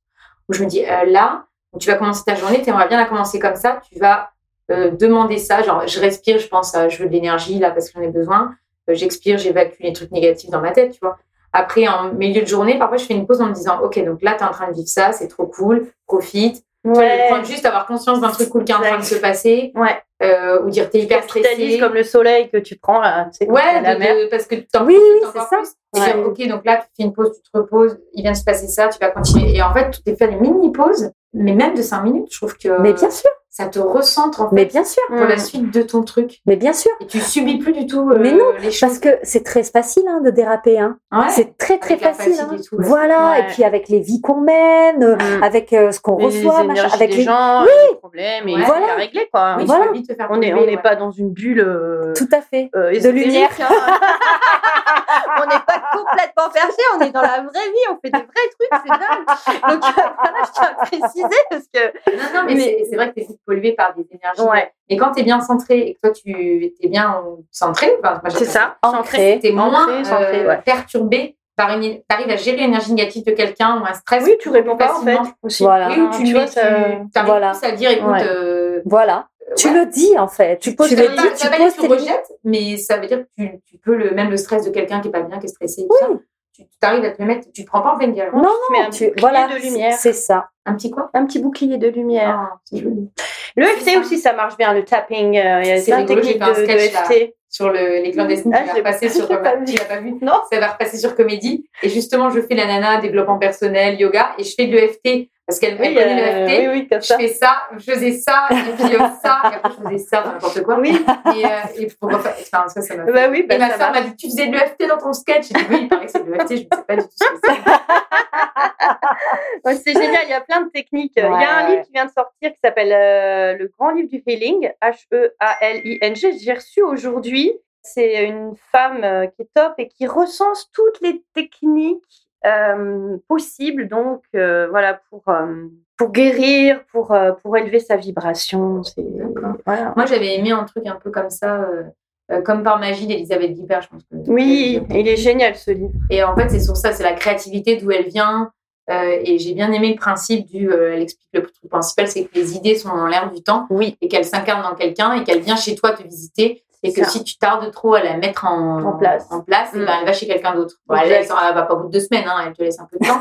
A: où je me dis euh, là, donc tu vas commencer ta journée, tu aimerais bien la commencer comme ça, tu vas euh, demander ça. Genre, je respire, je pense, à, je veux de l'énergie là parce que j'en ai besoin. Euh, J'expire, j'évacue les trucs négatifs dans ma tête, tu vois. Après, en milieu de journée, parfois, je fais une pause en me disant Ok, donc là, tu es en train de vivre ça, c'est trop cool, profite. Tu vois, de
B: Ouais.
A: prendre juste avoir conscience d'un truc cool qui est en train de se
B: Exact.
A: passer,
B: Ouais.
A: euh, ou dire T'es hyper stressé.
B: Capitalise comme le soleil que tu prends là. C'est comme
A: Ouais,
B: la
A: de-
B: mer.
A: de- parce que t'en
C: Oui,
A: profites
C: oui,
A: encore
C: c'est ça.
A: plus. Et dire, ok, donc là, tu fais une pause, tu te reposes, il vient de se passer ça, tu vas continuer. Et en fait, tu t'es fait des mini-pauses, mais même de 5 minutes, je trouve que
C: Mais bien sûr,
A: ça te recentre en fait,
C: mais bien sûr,
A: pour
B: Mm.
A: la suite de ton truc.
C: mais bien sûr.
A: Et tu subis plus du tout euh,
C: Mais non,
A: les choses.
C: Parce que c'est très facile hein, de déraper. Hein.
A: Ouais.
C: C'est très, très
A: Avec la
C: facile. hein.
A: fatigue et tout, ouais.
C: Voilà,
B: Ouais.
C: et puis avec les vies qu'on mène, euh,
B: Mm.
C: avec euh, ce qu'on
B: Et
C: reçoit,
B: les
C: machin,
B: énergies
C: avec
B: des
C: les
B: gens, les problèmes, et il faut
C: Voilà.
B: les régler quoi.
A: Oui,
C: voilà.
A: tu vas vite te faire
B: On est- on
A: couper,
B: n'est
A: ouais.
B: pas dans une bulle. euh,
C: Tout à fait.
B: euh, ésotérique,
C: lumière.
B: hein. on n'est pas complètement perché. On est dans la vraie vie, on fait des vrais trucs, c'est dingue. Donc voilà, je tiens à préciser parce que
A: Non, non, mais,
B: Mais-
A: c'est- c'est vrai que t'es vite pollué par des énergies.
B: Ouais.
A: Mais quand t'es bien centré et que toi tu t'es bien centré, enfin, moi, j'appelle
C: Ancré.
A: T'es moins
B: Centré, centré,
A: euh,
B: ouais.
A: perturbé par une. T'arrives à gérer l'énergie négative de quelqu'un ou un stress.
B: Oui, tu réponds pas en fait.
A: facilement.
B: Aussi.
C: Voilà.
A: Oui, ou tu,
B: Tu
A: mets,
B: vois,
A: tu
B: ça-
A: t'arrives
C: Voilà.
A: plus à dire, écoute,
B: Ouais.
A: euh,
C: Voilà. Tu
A: ouais.
C: le dis en fait. Tu,
A: poses
C: tu
A: tes
C: le
A: limites.
C: dis,
A: Ça
C: tu
A: veut pas dire
C: poses
A: que tu
C: tes limites.
A: rejettes, mais ça veut dire que tu, tu peux le même le stress de quelqu'un qui est pas bien, qui est stressé, et tout ça, tu tu t'arrives à te mettre, tu te prends pas en pleine gueule.
C: Non,
B: Mais un
C: non, tu,
B: bouclier
C: voilà,
B: de
C: c'est-
B: lumière.
C: c'est ça.
A: Un petit quoi
B: Un petit bouclier de lumière.
A: Ah, c'est joli.
B: Le
A: C'est
B: EFT
A: ça.
B: aussi, ça marche bien, le tapping. euh, Il y a
A: C'est
B: plein de
A: rigolo, j'ai
B: techniques
A: fait un
B: de, de
A: sketch, là.
B: EFT.
A: Sur le, les clandestines,
B: Ah,
A: tu vas
B: je l'ai-
A: repasser sur.
B: je l'ai pas vu.
A: tu l'as pas vu.
B: Non
A: Ça va repasser sur comédie. Et justement, je fais la nana, développement personnel, yoga, et je fais de l'EFT. Parce qu'elle elle connaît
B: euh,
A: l'EFT.
B: oui, oui, comme
A: Je
B: ça.
A: fais ça, je faisais ça, et puis euh, ça, et après je faisais ça, enfin, n'importe quoi.
B: Oui,
A: Et, euh, et pourquoi pas enfin, ça, ça m'a fait-
B: bah oui, bah
A: et ma
B: ça
A: soeur
B: marche.
A: m'a dit Tu faisais de l'EFT dans ton sketch J'ai dit Oui, il paraît que c'est de l'EFT, je ne sais pas du tout ce que c'est.
B: Ouais, c'est génial, il y a plein de techniques. il y a un
C: Ouais,
B: livre qui vient de sortir qui s'appelle euh, Le Grand Livre du E Healing, H-E-A-L-I-N-G. J'ai reçu aujourd'hui, c'est une femme euh, qui est top et qui recense toutes les techniques euh, possibles, donc euh, voilà, pour, euh, pour guérir, pour, euh, pour élever sa vibration. C'est,
A: D'accord.
B: voilà.
A: Moi, j'avais aimé un truc un peu comme ça, euh, euh, comme par magie d'Elisabeth Guibert, je pense. Que
B: Oui, il est génial ce livre.
A: Et en fait, c'est sur ça, c'est la créativité, d'où elle vient. Euh, et j'ai bien aimé le principe du. euh, elle explique le truc principal c'est que les idées sont dans l'air du temps
B: Oui.
A: et qu'elles s'incarnent dans quelqu'un et qu'elle vient chez toi te visiter. Et
B: C'est
A: que
B: ça.
A: si tu tardes trop à la mettre en,
B: En place.
A: en place, eh ben,
B: Mm.
A: elle va chez quelqu'un d'autre. Bon, elle,
B: Exact.
A: elle sera- elle va pas au bout de deux semaines, hein, elle te laisse un peu de temps.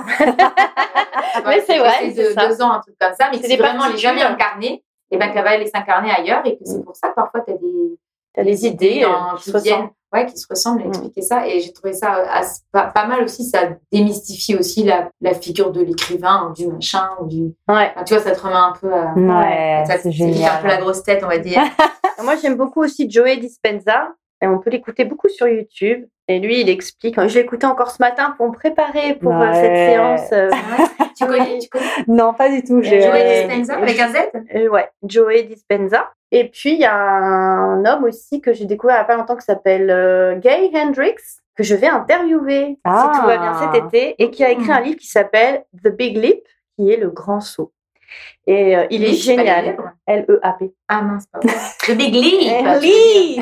A: Euh,
B: Mais c'est vrai,
A: passer
B: c'est
A: de-
B: ça.
A: deux ans, un truc comme ça. Mais
B: C'est
A: si
B: des
A: vraiment elle n'est jamais
B: particules. Mm.
A: incarnée, et ben, qu'elle va aller s'incarner ailleurs. Et que c'est pour ça que parfois tu as des,
B: T'as
A: des idées
B: euh,
A: en-
B: qui
A: qui,
B: se ressemblent.
A: viennent, ouais, qui se ressemblent, et
B: Mm.
A: expliquer ça. Et j'ai trouvé ça euh, as- pas, pas mal aussi. Ça démystifie aussi la, la figure de l'écrivain, ou du machin, ou du.
B: Ouais. Mm.
A: Enfin, tu vois, ça te remet un peu à.
C: Ouais,
A: ça
C: c'est
A: t'évite un peu la
C: génial.
A: grosse tête, on va dire.
B: Et Moi, j'aime beaucoup aussi Joey Dispenza. Et on peut l'écouter beaucoup sur YouTube. Et lui, il explique. Je l'ai écouté encore ce matin pour me préparer pour euh, cette
C: Ouais.
B: séance. euh,
A: tu connais, tu connais
C: Non, pas du tout. j'ai-
A: Joey
B: Euh,
A: Dispenza avec un Z
B: euh, ouais, Joey Dispenza. Et puis, il y a un homme aussi que j'ai découvert il n'y a pas longtemps qui s'appelle euh, Gay Hendrix, que je vais interviewer
C: Ah.
B: si tout va bien cet été, et qui a écrit un livre qui s'appelle The Big Leap, qui est le grand saut. Et euh, il est
A: Oui, je sais pas les
B: génial. E
A: lèvres.
B: L-E-A-P.
A: Ah mince, pardon. Le Big Leap
B: Eh Oui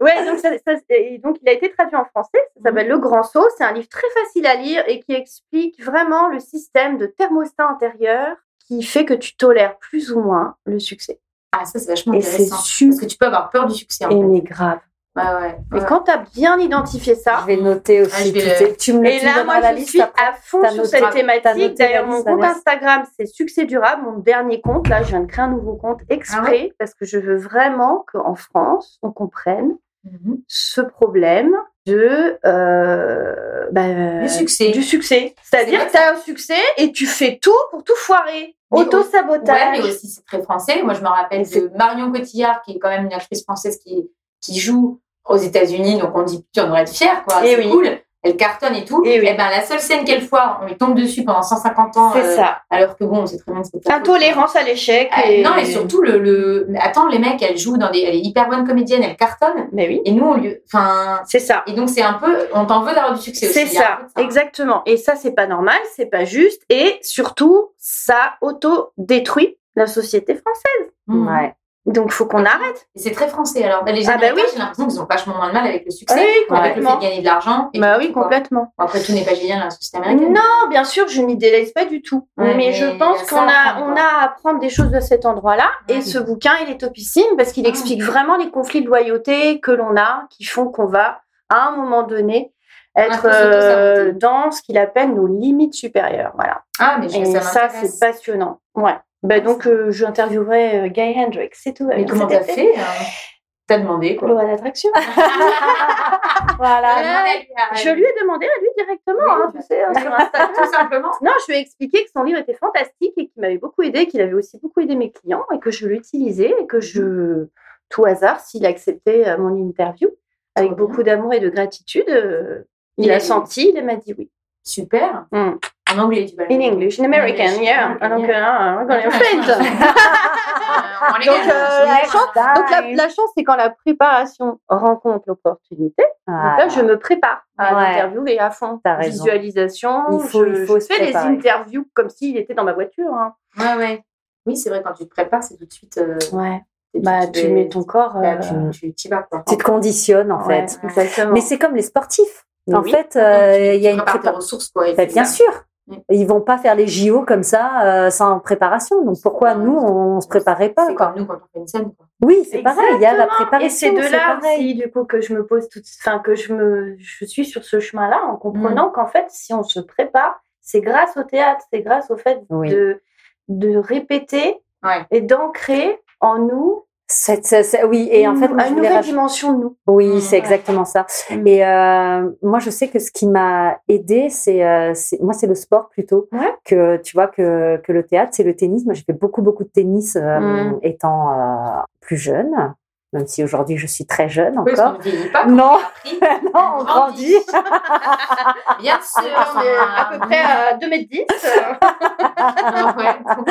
B: Ouais, donc, ça, ça- et donc il a été traduit en français,
C: Mhm.
B: ça s'appelle Le Grand Saut, c'est un livre très facile à lire et qui explique vraiment le système de thermostat intérieur qui fait que tu tolères plus ou moins le succès.
A: Ah, ça, c'est vachement
C: Et c'est
A: intéressant. Parce
C: super.
A: que tu peux avoir peur du succès, en
B: Et
A: fait.
B: mais grave.
A: Ouais, ouais.
B: Mais
A: ouais.
B: quand tu as bien identifié ça,
C: Je vais noter aussi.
A: Ah, je vais
C: tout
A: le-
C: ces- Tu me
B: et
C: tu me
B: là,
C: donneras
B: moi,
C: la
B: je
C: liste
B: suis
C: après.
B: à fond
C: T'as
B: sur
C: noté-
B: cette
C: t'as noté la
B: thématique. D'ailleurs, mon
C: liste, la
B: compte
C: liste.
B: Instagram, c'est Succès Durable, mon dernier compte. Là, je viens de créer un nouveau compte
C: Ah
B: exprès parce que je veux vraiment qu'en France, on comprenne
A: Mhm.
B: ce problème de euh, bah,
A: Le succès.
B: du succès. C'est-à-dire
A: vrai.
B: que tu as un succès et tu fais tout pour tout foirer.
A: Mais Ouais,
B: Auto-sabotage.
A: mais aussi c'est très français. Moi, je me rappelle
B: Et c'est-
A: de Marion Cotillard, qui est quand même une actrice française qui, qui joue aux États-Unis, donc on dit putain, on devrait être fier, quoi.
B: Et
A: C'est
B: Eh oui.
A: cool. Elle cartonne et tout.
B: Et oui.
A: ben la seule scène qu'elle foire, on lui tombe dessus pendant 150 ans.
B: c'est
A: euh,
B: ça.
A: Alors que bon, c'est très bien que c'est pas
B: Intolérance à l'échec.
A: cool. Euh,
B: et-
A: Non, et surtout le, le- mais attends, les mecs, elle joue dans des, elle est hyper bonne comédienne, elle cartonne.
B: Mais oui,
A: Et nous, on lui, enfin,
B: c'est ça.
A: et donc c'est un peu, on t'en veut d'avoir du succès. aussi.
B: C'est
A: Il y a un
B: ça,
A: peu de
B: exactement. Et ça, c'est pas normal, c'est pas juste. Et surtout, ça auto-détruit la société française.
A: Mhm.
C: Ouais.
B: Donc, faut qu'on arrête.
A: Et c'est très français. Alors, les
B: Ah bah
A: Américains,
B: oui. Ah
A: j'ai l'impression qu'ils ont vachement moins de mal avec le succès,
B: Oui,
A: avec le fait
B: complètement.
A: de gagner de l'argent. et
B: Bah
A: tout,
B: oui,
A: quoi.
B: complètement.
A: Bon, après, tout n'est pas génial dans la société américaine.
B: Non, bien sûr, je n'idéalise pas du tout.
A: Ouais,
B: mais,
A: mais
B: je
A: il y
B: pense
A: a ça
B: qu'on
A: à
B: a,
A: apprendre,
B: on
A: quoi.
B: a à apprendre des choses de cet endroit-là.
A: Ouais.
B: Et ce bouquin, il est topissime parce qu'il
A: Ah.
B: explique vraiment les conflits de loyauté que l'on a, qui font qu'on va, à un moment donné, être
A: peu
B: euh,
A: s'auto-saboter.
B: dans ce qu'il appelle nos limites supérieures. Voilà.
A: Ah, mais je,
B: Et
A: ça,
B: ça,
A: m'intéresse.
B: c'est passionnant. Ouais. Bah, donc, euh, j'interviewerai euh, Guy Hendrix, c'est tout.
A: Mais
B: Cet
A: comment t'as
B: été.
A: fait euh, T'as demandé, quoi. Ah,
B: Loi d'attraction.
A: T'as
C: Voilà.
A: demandé à lui, à-
B: Je lui ai demandé à lui directement,
A: Oui,
B: hein,
A: bah.
B: tu sais, hein, sur Instagram.
A: Tout simplement.
B: Non, je lui ai expliqué que son livre était fantastique et qu'il m'avait beaucoup aidé, qu'il avait aussi beaucoup aidé mes clients et que je l'utilisais et que je, tout hasard, s'il acceptait euh, mon interview, avec
A: Trop bien.
B: beaucoup d'amour et de gratitude, euh, il,
A: Il a
B: a
A: dit
B: senti, il m'a dit oui.
A: Super.
B: Mm.
A: En anglais, tu vas le
B: In English, in American,
A: English, Ah,
B: yeah.
A: American,
B: Donc,
A: yeah.
B: euh, we're gonna print.
A: On les
B: Donc,
A: gagne,
B: euh,
A: c'est
B: la
A: bien.
B: chance- Donc, la, la chance, c'est quand la préparation rencontre l'opportunité. Donc Là, je me prépare à
C: Ouais.
B: l'interview et à fond.
C: T'as raison.
B: Visualisation.
C: Il faut-
B: je,
C: il faut
B: je
C: se
B: fais des
C: préparer.
B: interviews comme s'il était dans ma voiture. hein.
A: Ouais, ouais. Oui, c'est vrai, quand tu te prépares, c'est tout de suite. euh, c'est tout
B: Bah,
A: de
B: tu
A: suite-
B: mets ton corps.
A: Bah,
B: euh,
A: tu- tu t'y vas, quoi.
C: Tu te conditionnes, en
B: ouais,
C: fait.
B: exactement.
C: Mais c'est comme les sportifs.
A: Oui.
C: En fait, euh, il y a une
A: Prépare tes
C: prépa-
A: ressources, quoi. et
C: Bah,
A: c'est
C: bien
A: ça.
C: sûr.
A: Mm.
C: Ils vont pas faire les JO comme ça euh, sans préparation. Donc pourquoi
A: Ouais.
C: nous on se préparait pas
A: C'est
C: quoi
A: comme nous quand on fait une scène, quoi.
C: Oui, c'est pareil. Il y a la préparation.
B: Et c'est de là
C: pareil.
B: aussi, du coup, que je me pose toute, enfin, que je me, je suis sur ce chemin-là en comprenant
C: Mm.
B: qu'en fait, si on se prépare, c'est grâce au théâtre, c'est grâce au fait
C: Oui.
B: de, de répéter
A: Ouais.
B: et d'ancrer en nous
C: C'est- c'est- c'est- oui, et en fait,
B: une,
C: moi, je
B: une
C: voulais
B: nouvelle
C: raj-
B: dimension de nous.
C: oui, c'est
A: Ouais.
C: exactement ça.
B: Mm.
C: Et euh, moi, je sais que ce qui m'a aidé, c'est euh, c'est- moi, c'est le sport plutôt
B: Ouais.
C: que tu vois que, que le théâtre, c'est le tennis. Moi, j'ai fait beaucoup beaucoup de tennis euh,
B: Mm.
C: étant euh, plus jeune, même si aujourd'hui je suis très jeune
A: Oui, parce
C: encore.
A: qu'on ne vieillit pas.
C: Non.
A: Non.
C: Non, on grandit.
A: Bien sûr.
C: euh,
B: à 2m10.
A: Ah, ouais.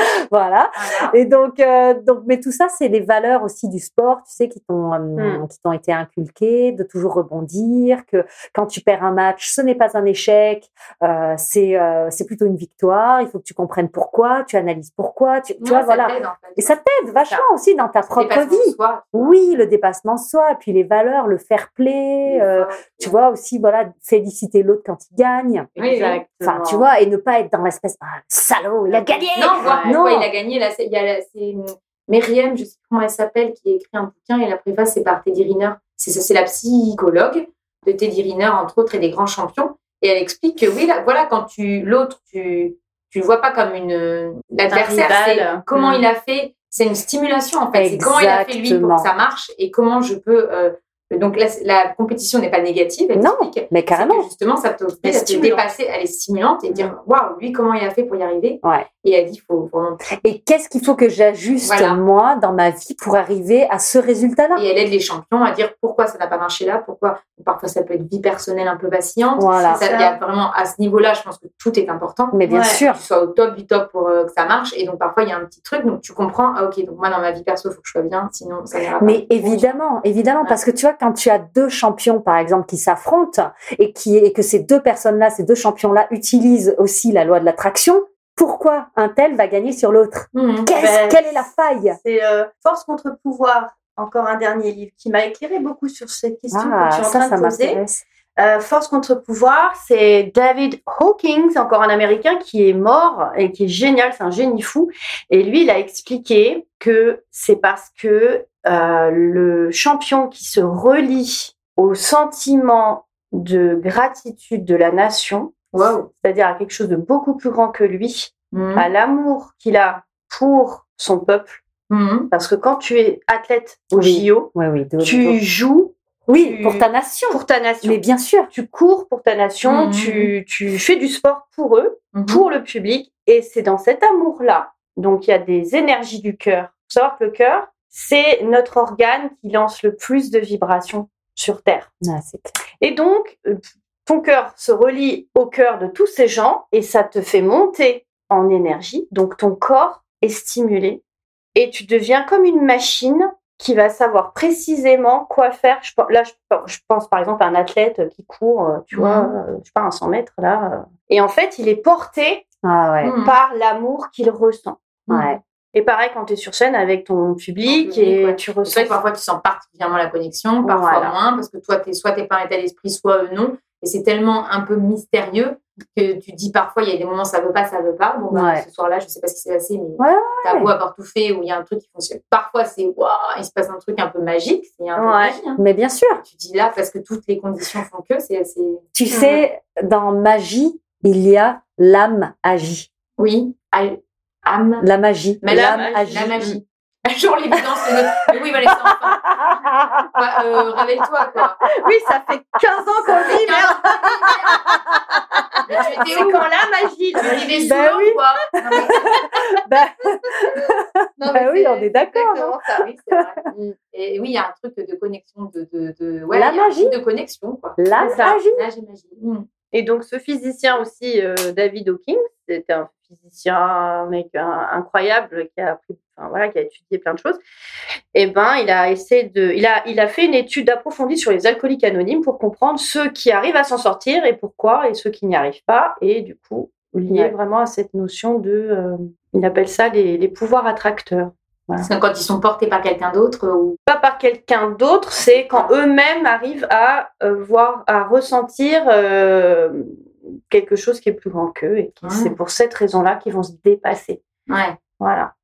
A: Voilà.
C: voilà. Et donc, euh, donc, mais tout ça, c'est les valeurs aussi du sport, tu sais, qui t'ont, euh,
B: Mm.
C: qui t'ont été inculquées, de toujours rebondir, que quand tu perds un match, ce n'est pas un échec, euh, c'est, euh, c'est plutôt une victoire. Il faut que tu comprennes pourquoi, tu analyses pourquoi, tu, tu
A: Ouais,
C: vois,
A: ça
C: voilà.
A: t'aide, en fait.
C: Et ça t'aide vachement aussi dans ta propre
A: Dépassement de
C: vie.
A: soi,
C: Oui, le dépassement de soi, puis les valeurs, le fair play,
A: des
C: euh,
A: fois.
C: tu vois aussi, voilà, féliciter l'autre quand il gagne.
A: Oui, oui.
C: Enfin, tu vois, et ne pas être dans l'espèce, ah, le salaud, il a gagné.
A: Non, voir
C: Ouais.
A: pourquoi
C: Non.
A: il a gagné. Là, c'est- il y a la- c'est hum, Myriam, je sais plus comment elle s'appelle, qui a écrit un bouquin et la préface c'est par Teddy Riner. C'est c'est la psychologue de Teddy Riner entre autres et des grands champions. Et elle explique que oui, là, voilà, quand tu l'autre, tu tu le vois pas comme une euh, l'adversaire,
B: Un
A: c'est
B: rival.
A: comment
B: Mm.
A: il a fait. C'est une stimulation en fait. C'est comment il a fait lui pour
C: Exactement.
A: que ça marche et comment je peux. euh, donc la, la compétition n'est pas négative. Elle
C: Non.
A: explique.
C: Mais carrément.
A: C'est que justement, ça peut
B: Elle est
A: te
B: stimulante.
A: dépasser, elle est stimulante et dire waouh, lui, comment il a fait pour y arriver
C: Ouais.
A: Et elle dit faut vraiment.
C: Et qu'est-ce qu'il faut que j'ajuste
A: Voilà.
C: moi dans ma vie pour arriver à ce résultat-là
A: Et elle aide les champions à dire pourquoi ça n'a pas marché là, pourquoi. Parfois, ça peut être vie personnelle un peu vacillante.
C: Voilà.
A: Ça,
B: ça.
A: il y a vraiment à ce niveau-là, je pense que tout est important.
C: Mais bien
B: Ouais.
A: Que
C: sûr,
A: tu sois au top du top pour euh, que ça marche. Et donc, parfois, il y a un petit truc. Donc, tu comprends, ah, ok, donc moi, dans ma vie perso, il faut que je sois bien, sinon, ça n'ira pas.
C: mais évidemment, évidemment,
A: Ouais.
C: parce que tu vois, quand tu as deux champions, par exemple, qui s'affrontent et, qui, et que ces deux personnes-là, ces deux champions-là utilisent aussi la loi de l'attraction, pourquoi un tel va gagner sur l'autre
A: Mhm.
C: Qu'est-ce-
B: Ben,
C: Quelle est la faille
B: C'est euh, Force contre pouvoir, encore un dernier livre qui m'a éclairé beaucoup sur cette question que tu
C: Ah,
B: es en
C: ça,
B: train
C: ça
B: de poser.
C: m'intéresse.
B: Euh, Force contre pouvoir, c'est David Hawkins, encore un Américain qui est mort et qui est génial, c'est un génie fou. Et lui, il a expliqué que c'est parce que euh, le champion qui se relie au sentiment de gratitude de la nation,
A: Waouh.
B: c'est-à-dire à quelque chose de beaucoup plus grand que lui,
C: Mmh.
A: Mhm.
B: à l'amour qu'il a pour son peuple,
A: Mhm.
B: parce que quand tu es athlète au
C: Oui.
B: JO,
C: Oui, oui, de haut niveau.
B: tu joues
C: oui,
B: tu-
C: pour ta nation.
B: pour ta nation
C: Mais bien sûr.
B: tu cours pour ta nation,
A: Mhm.
B: tu, tu fais du sport pour eux,
A: Mhm.
B: pour le public, et c'est dans cet amour-là. Donc il y a des énergies du cœur. Faut savoir que le cœur, c'est notre organe qui lance le plus de vibrations sur Terre.
C: Ah, c'est clair.
B: Et donc, euh, ton cœur se relie au cœur de tous ces gens et ça te fait monter en énergie. Donc ton corps est stimulé et tu deviens comme une machine qui va savoir précisément quoi faire. Je, pen- là, je, pen- je pense par exemple à un athlète qui court, euh, tu vois, euh, je sais pas, un 100 mètres là. euh. Et en fait, il est porté
C: Ah ouais.
A: Mhm.
B: par l'amour qu'il ressent.
C: ouais.
B: Et pareil quand tu es sur scène avec ton public,
A: public,
B: et
A: ouais.
B: tu
A: C'est vrai
B: ressens.
A: que parfois tu sens particulièrement la connexion, parfois
B: Voilà.
A: moins, parce que toi, t'es, soit t'es pas un état d'esprit, soit euh, non. Et c'est tellement un peu mystérieux que tu dis parfois, il y a des moments, ça veut pas, ça veut pas. Bon, bah,
C: Ouais.
A: ce soir-là, je sais pas ce qui s'est passé, mais
C: Ouais.
A: t'as beau avoir tout fait, ou il y a un truc qui fonctionne. Parfois, c'est waouh, il se passe un truc un peu magique, c'est un peu
B: Ouais.
A: magie, hein.
C: Mais bien sûr.
A: Tu dis là, parce que toutes les conditions font que, c'est. c'est...
C: Tu sais, dans magie, il y a l'âme agit.
A: Oui, al- âme,
C: La magie.
A: Mais
B: l'âme
C: agit.
A: la magie. Genre l'évidence, c'est notre. Mais oui, Vanessa, enfin, bah, euh, réveille-toi, quoi.
B: oui, ça fait 15 ans qu'on vit, merde.
A: Mais tu
B: C'est
A: étais où
B: quand la
A: Tu
B: magie, la magie.
A: vivais sous
C: Bah
A: l'eau,
C: oui.
A: quoi. Non, mais-
C: Bah,
A: Non,
C: Bah
A: mais
C: oui,
A: c'est-
C: on est
A: c'est
C: d'accord,
A: exactement ça, oui, c'est vrai. Mm. Et oui, il y a un truc de connexion, de, de, de- ouais,
C: La
A: il y a un
C: magie.
A: truc de connexion, quoi.
C: la
B: C'est ça.
C: magie.
A: Là, j'imagine. Mm.
B: Et donc, ce physicien aussi, euh, David Hawkins, c'était un physicien, un mec un- incroyable qui a appris, enfin, voilà, qui a étudié plein de choses. Et ben, il a essayé de, il a, il a fait une étude approfondie sur les alcooliques anonymes pour comprendre ceux qui arrivent à s'en sortir et pourquoi et ceux qui n'y arrivent pas. Et du coup, lié
C: Ouais.
B: vraiment à cette notion de, euh, il appelle ça les, les pouvoirs attracteurs.
A: Parce que quand ils sont portés par quelqu'un d'autre, euh, ou
B: Pas par quelqu'un d'autre, c'est quand eux-mêmes arrivent à euh, voir, à ressentir euh, quelque chose qui est plus grand qu'eux et qui-
A: Ah.
B: c'est pour cette raison-là qu'ils vont se dépasser.
A: ouais.
B: Voilà.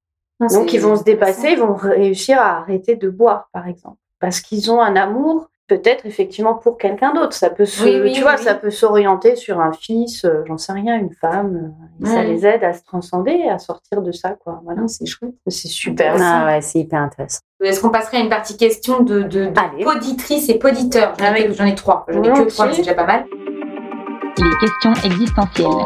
A: Non,
B: Donc
A: Ah, c'est-
B: ils vont se dépasser, ils vont réussir à arrêter de boire, par exemple, parce qu'ils ont un amour peut-être effectivement pour quelqu'un d'autre. Ça peut se,
A: Oui, oui,
B: tu
A: oui,
B: vois,
A: oui.
B: ça peut s'orienter sur un fils, euh, j'en sais rien, une femme. euh, et Ça
A: Mm.
B: les aide à se transcender, et à sortir de ça, quoi. Voilà,
A: Non, c'est chouette.
B: c'est super.
C: Ah ouais, c'est hyper intéressant.
A: Est-ce qu'on passerait à une partie question de, de, de
C: Allez.
A: poditrices et poditeurs J'en ai
B: Avec-
A: que- J'en ai trois. J'en ai que
B: Volontiers.
A: trois, mais c'est déjà pas mal.
D: Les questions existentielles.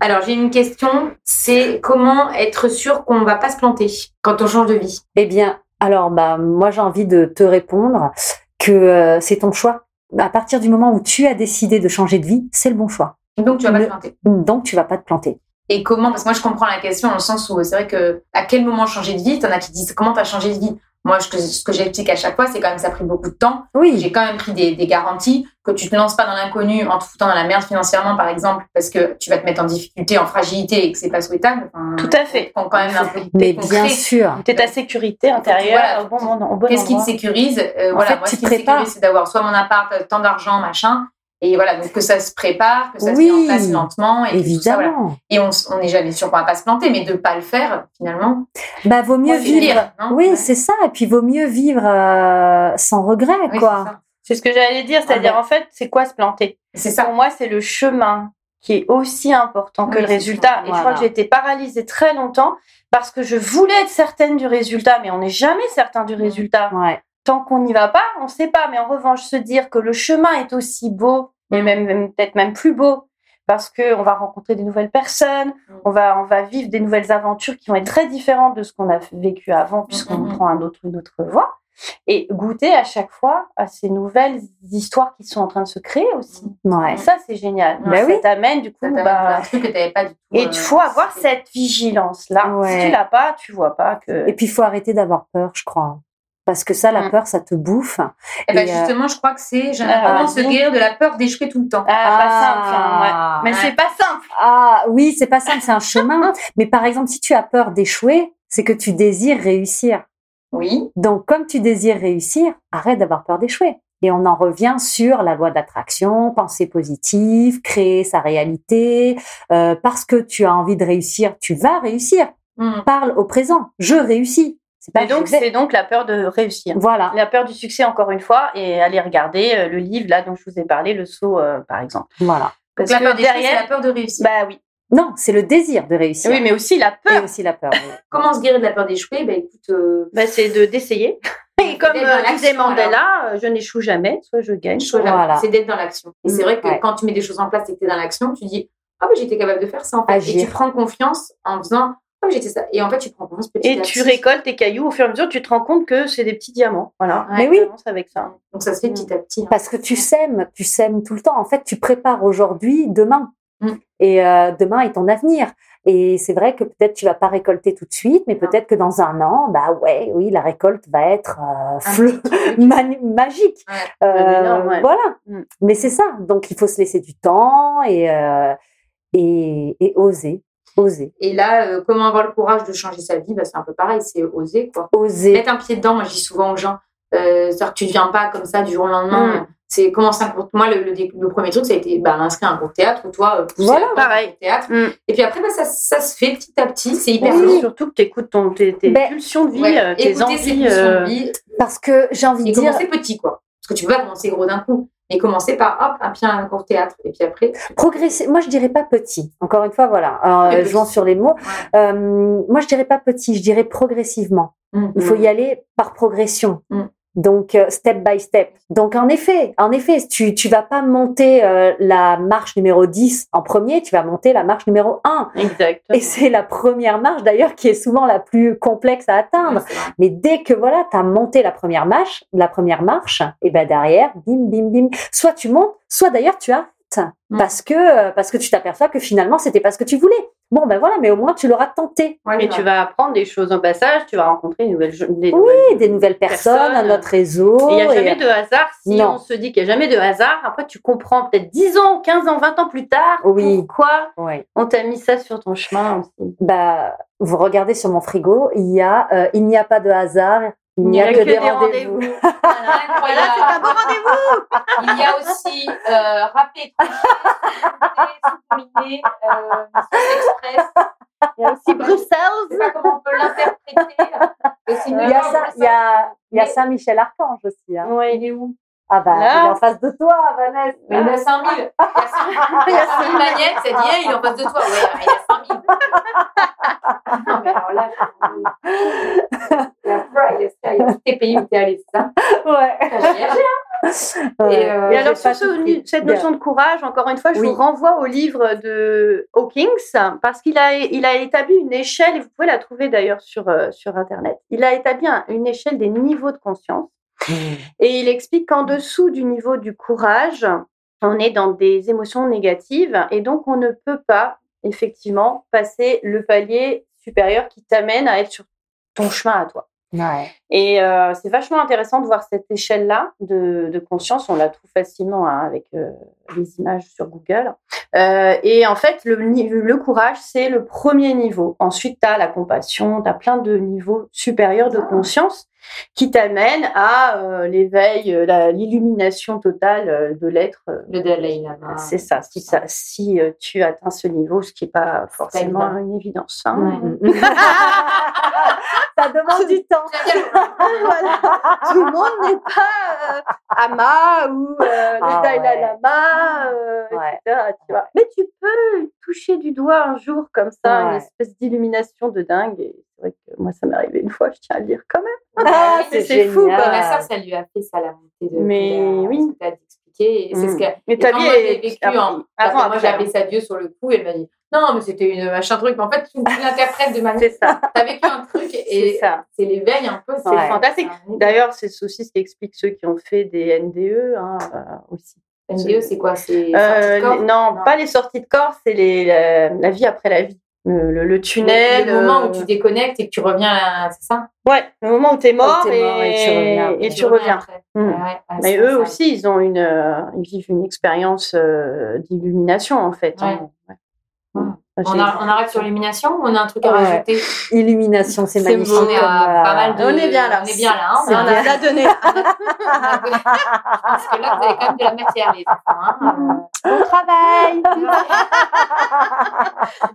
A: Alors, j'ai une question. C'est comment être sûr qu'on va pas se planter quand on change de vie
C: Eh bien, alors, bah, moi, j'ai envie de te répondre que euh, c'est ton choix. À partir du moment où tu as décidé de changer de vie, c'est le bon choix.
A: Donc, tu vas pas
C: Le-
A: te planter.
C: Donc, tu vas pas te planter.
A: Et comment Parce que moi, je comprends la question dans le sens où c'est vrai que à quel moment changer de vie T'en as qui disent comment t'as changé de vie Moi, je, te- ce que j'explique à chaque fois, c'est quand même ça a pris beaucoup de temps.
C: Oui,
A: J'ai quand même pris des, des garanties que tu te lances pas dans l'inconnu en te foutant dans la merde financièrement, par exemple, parce que tu vas te mettre en difficulté, en fragilité et que c'est pas souhaitable. Enfin,
B: Tout à fait.
A: Quand quand même un peu de
C: mais
A: concret.
C: bien sûr.
B: C'est ta sécurité intérieure
A: Voilà.
B: au bon moment, au bon
A: Qu'est-ce qui me
B: endroit.
A: sécurise Euh,
C: En
A: Voilà,
C: fait,
A: moi,
C: tu
A: ce
C: te
A: qui me
C: prépares.
A: sécurise, c'est d'avoir soit mon appart, euh, tant d'argent, machin. Et voilà, donc que ça se prépare, que ça se met en
C: Oui.
A: place lentement. Et que tout ça, voilà.
C: Évidemment.
A: Et on s- on n'est jamais sûr qu'on va pas se planter, mais de pas le faire, finalement.
C: Bah, vaut mieux
A: Ouais, c'est
C: vivre.
A: pire, non
C: oui,
A: Ouais.
C: c'est ça. Et puis, vaut mieux vivre euh, sans regret,
A: Oui,
C: quoi.
B: C'est ce que j'allais dire, c'est-à-dire
A: Ah
B: en fait, c'est quoi se planter
A: C'est
B: Ça,
A: ça.
B: pour moi, c'est le chemin qui est aussi important que
A: Oui,
B: le
A: c'est
B: résultat.
C: ça,
B: Et je crois
C: voilà.
B: que j'ai été paralysée très longtemps parce que je voulais être certaine du résultat, mais on n'est jamais certain du résultat.
C: Ouais.
B: Tant qu'on n'y va pas, on ne sait pas. Mais en revanche, se dire que le chemin est aussi beau, et même, même- peut-être même plus beau, parce que on va rencontrer des nouvelles personnes,
A: Mm.
B: on va, on va vivre des nouvelles aventures qui vont être très différentes de ce qu'on a vécu avant, puisqu'on
A: Mm, mm, mm.
B: prend un autre, une autre voie. Et goûter à chaque fois à ces nouvelles histoires qui sont en train de se créer aussi.
C: Ouais.
B: Et Ça, c'est génial.
A: Bah
B: ça
C: oui.
B: t'amène du coup.
A: Ça t'a
B: bah,
A: un truc que t'avais pas du tout.
B: Et
A: euh,
B: il faut avoir cette vigilance-là.
C: Ouais.
B: Si tu l'as pas, tu vois pas que.
C: Et puis, il faut arrêter d'avoir peur, je crois. Parce que ça, la
A: Mm.
C: peur, ça te bouffe.
A: Eh ben
C: Et, euh,
A: justement, je crois que c'est j'ai-
B: Ah,
A: comment se
B: oui.
A: guérir de la peur d'échouer tout le temps.
B: Ah, pas simple. hein, ouais. Mais
A: Ouais.
B: c'est pas simple.
C: Ah, oui, c'est pas simple, c'est un chemin. Mais par exemple, si tu as peur d'échouer, c'est que tu désires réussir.
A: Oui.
C: Donc, comme tu désires réussir, arrête d'avoir peur d'échouer. Et on en revient sur la loi d'attraction, penser positive, créer sa réalité. Euh, parce que tu as envie de réussir, tu vas réussir.
A: Hmm.
C: Parle au présent. Je réussis. C'est pas
B: Et donc,
C: je vais.
B: c'est donc la peur de réussir.
C: Voilà.
B: La peur du succès, encore une fois, et allez regarder euh, le livre là dont je vous ai parlé, Le Saut, euh, par exemple.
C: Voilà.
A: Donc
B: Parce
A: la
B: que
A: peur d'échouer, c'est
B: derrière-
A: la peur de réussir.
B: Bah oui.
C: Non, c'est le désir de réussir.
B: Oui, mais aussi la
C: Et
B: peur.
C: aussi la peur. oui.
A: Comment se guérir de la peur d'échouer Ben écoute, euh,
B: Bah, c'est de d'essayer. Et comme
A: D'être dans
B: euh,
A: l'action,
B: disait Mandela, euh, je n'échoue jamais, soit je gagne.
A: chose
B: Soit...
A: à-
C: Voilà.
A: c'est d'être dans l'action. Et
B: Hmm,
A: c'est
C: Mm,
A: vrai que
C: ouais.
A: quand tu mets des choses en place et que tu es dans l'action, tu dis Ah, ben j'étais capable de faire ça en fait. Et
C: Agir.
A: tu prends confiance en faisant Ah, ben j'étais ça. Et en fait, tu prends confiance petit
B: Et
A: à
B: tu
A: petit.
B: récoltes tes cailloux au fur et à mesure, tu te rends compte que c'est des petits diamants. Voilà.
A: Ouais.
C: Mais oui.
B: Commence avec ça.
A: Donc ça se
B: Hmm.
A: fait petit à petit. hein.
C: Parce que tu sèmes, tu sèmes tout le temps. En fait, tu prépares aujourd'hui, demain.
A: Mm.
C: Et euh, demain est ton avenir. Et c'est vrai que peut-être tu vas pas récolter tout de suite, mais
A: Non.
C: peut-être que dans un an, bah ouais, oui, la récolte va être euh,
A: Un
C: fleu-
A: petit truc.
C: mani- magique.
A: Ouais.
C: Euh,
B: Euh, énorme, ouais.
C: Voilà.
B: Mm.
C: Mais c'est ça. Donc il faut se laisser du temps et euh, et, et oser, oser,
A: Et là, euh, comment avoir le courage de changer sa vie Ben, C'est un peu pareil, c'est oser quoi.
C: oser.
A: mettre un pied dedans, moi je dis souvent aux gens, euh, c'est-à-dire que tu ne viens pas comme ça du jour au lendemain.
B: Mm.
A: C'est comment ça pour moi le, le, dé- le premier truc ça a été bah, inscrire un cours de théâtre ou toi euh, pousser
C: Voilà,
A: la porte d'un
B: pareil.
A: cours de théâtre
B: Mm.
A: et puis après bah, ça, ça se fait petit à petit c'est hyper
B: Mais
A: long.
B: c'est surtout que tu écoutes ton, tes, tes
C: Ben,
B: pulsions de vie,
A: Ouais.
B: euh, tes
A: Écouter ses
B: envies.
A: pulsions de
B: euh,
A: vie
C: Parce que j'ai envie
A: et
C: de dire,
A: commencer petit quoi parce que tu peux pas commencer gros d'un coup mais commencer par hop un pied à un cours de théâtre et puis après
C: progresser. Moi, je dirais pas petit. Encore une fois, voilà,
A: Mais
C: euh,
A: petit.
C: jouant sur les mots.
A: Ouais.
C: Euh, moi, je dirais pas petit. Je dirais progressivement.
A: Mm.
C: Il faut y aller par progression.
A: Mm.
C: Donc euh, step by step. Donc en effet, en effet, tu tu vas pas monter euh, la marche numéro 10 en premier, tu vas monter la marche numéro 1.
B: Exact.
C: Et c'est la première marche d'ailleurs qui est souvent la plus complexe à
A: Mm.
C: atteindre. Mais dès que voilà, tu as monté la première marche, la première marche, et ben derrière, bim bim bim, soit tu montes, soit d'ailleurs tu arrêtes
A: Mm.
C: parce que euh, parce que tu t'aperçois que finalement c'était pas ce que tu voulais. Bon ben voilà, mais au moins tu l'auras tenté.
B: Et tu vas apprendre des choses en passage, tu vas rencontrer une nouvelle, des
C: Oui,
B: nouvelles-
C: Et des nouvelles personnes,
B: Personne.
C: à notre réseau.
B: Et il n'y a
C: et-
B: jamais de hasard. Si
C: Non.
B: on se dit qu'il n'y a jamais de hasard, après tu comprends peut-être 10 ans, 15 ans, 20 ans plus tard
C: Oui.
B: pourquoi
C: Ouais.
B: on t'a mis ça sur ton chemin aussi.
C: Bah, vous regardez sur mon frigo, il y a, euh, il n'y a pas de hasard, il n'y a, que, des, rendez-vous.
A: Voilà,
B: Voilà, c'est un bon rendez-vous.
A: Il y a aussi euh, Rappeler, Trancher, euh, Express.
B: Il y a aussi
A: Je sais
B: Bruxelles.
A: pas comment on peut l'interpréter. euh, Ah, mais c'est
C: Il y a ça, il y a, il y a
A: Mais-
C: Saint-Michel-Archange aussi. hein.
B: Oui.
A: Il est où
C: Ah bah,
B: Là.
C: il est en face de toi, Vanessa.
A: Mais il a 5000. Il y a 5000 planètes, c'est bien, il est en face de toi. Ouais, mais il y a 5000. Non, mais alors là, je- la fois, il y a ça, il y a tous tes pays où t'es allé, c'est ça
C: Ouais.
A: Putain, j'ai âgé, hein. Et,
C: Ouais.
A: euh,
B: Et
C: j'ai
B: alors, sur
C: pas
B: ce-
C: tout pris.
B: cette
C: Bien.
B: notion de courage, encore une fois, je
C: Oui.
B: vous renvoie au livre de Hawkins, parce qu'il a, il a établi une échelle, et vous pouvez la trouver d'ailleurs sur, euh, sur Internet. Il a établi un- une échelle des niveaux de conscience, et il explique qu'en dessous du niveau du courage, on est dans des émotions négatives, et donc on ne peut pas, effectivement, passer le palier supérieur qui t'amène à être sur ton chemin à toi.
C: Ouais.
B: Et euh, c'est vachement intéressant de voir cette échelle-là de, de conscience. On la trouve facilement hein, avec euh, les images sur Google. Euh, et en fait, le, ni- le courage, c'est le premier niveau. Ensuite, tu as la compassion, tu as plein de niveaux supérieurs
A: Ah.
B: de conscience qui t'amènent à euh, l'éveil, euh, la- l'illumination totale euh, de l'être. euh,
A: Le Ah. Dalai Lama.
B: c'est ça, si, ça, si euh, tu atteins ce niveau, ce qui n'est pas forcément
A: évident.
B: une évidence. hein.
A: Ouais.
C: Ça demande du temps.
B: Voilà. Tout le monde n'est pas euh, Ama ou euh, le
C: Ah
B: Dalai
C: ouais.
B: Lama, euh,
C: Ouais.
B: etc. tu vois. Mais tu peux toucher du doigt un jour comme ça,
C: Ouais.
B: une espèce d'illumination de dingue. Et c'est vrai que moi, ça m'est arrivé une fois, je tiens à le dire quand même.
C: Ah,
B: c'est
C: génial.
B: fou,
A: Ouais,
B: quoi.
A: ma soeur, ça lui a fait ça, la montée de. hein,
B: Mais oui.
A: Tu as expliqué. Et c'est ce
B: Mm.
A: que.
B: Mais
A: Et
B: ta
A: quand
B: vie
A: moi, je l'ai
B: est-
A: vécu
B: après-
A: en-
B: avant,
A: Moi, j'ai
B: après. euh,
A: appelé ça Dieu sur le coup et elle m'a dit non, mais c'était une machin truc. Mais en fait, tu tu l'interprètes de manière.
B: C'est ça,
A: T'as vécu un truc
B: c'est
A: et
B: ça.
A: c'est l'éveil un peu.
C: Ouais.
B: fantastique. D'ailleurs, c'est ceci qui explique ceux qui ont fait des NDE hein, euh, aussi.
A: NDE, E, c'est quoi C'est
B: Euh,
A: sortie de corps
B: les- non,
A: Non.
B: pas les sorties de corps, c'est les, la, la vie après la vie. Le, le- le tunnel.
A: Le moment où
B: euh,
A: tu déconnectes et que tu reviens, à- c'est ça
B: Ouais, le moment où t'es mort,
C: t'es
B: et,
C: mort
B: et
C: et tu reviens après.
B: tu reviens.
A: après.
B: Mm.
A: Ouais, ouais, ouais,
B: Mais
A: c'est
B: eux
A: ça.
B: aussi, ils ont une, euh, ils vivent une expérience euh, d'illumination en fait. hein. Ouais.
A: Ouais.
B: J'ai-
A: On, a- on arrête sur l'illumination ou on a un truc à
C: Ouais.
A: rajouter
C: Illumination, c'est
B: C'est
C: magnifique.
B: bon,
A: On est à
C: comme, euh,
A: pas mal de.
B: on est bien là.
A: On est bien là. hein,
C: C'est
A: on a-
C: bien.
B: la donnée.
A: Parce que là, vous avez quand même de la matière, les enfants. hein.
B: Bon travail.
A: Euh,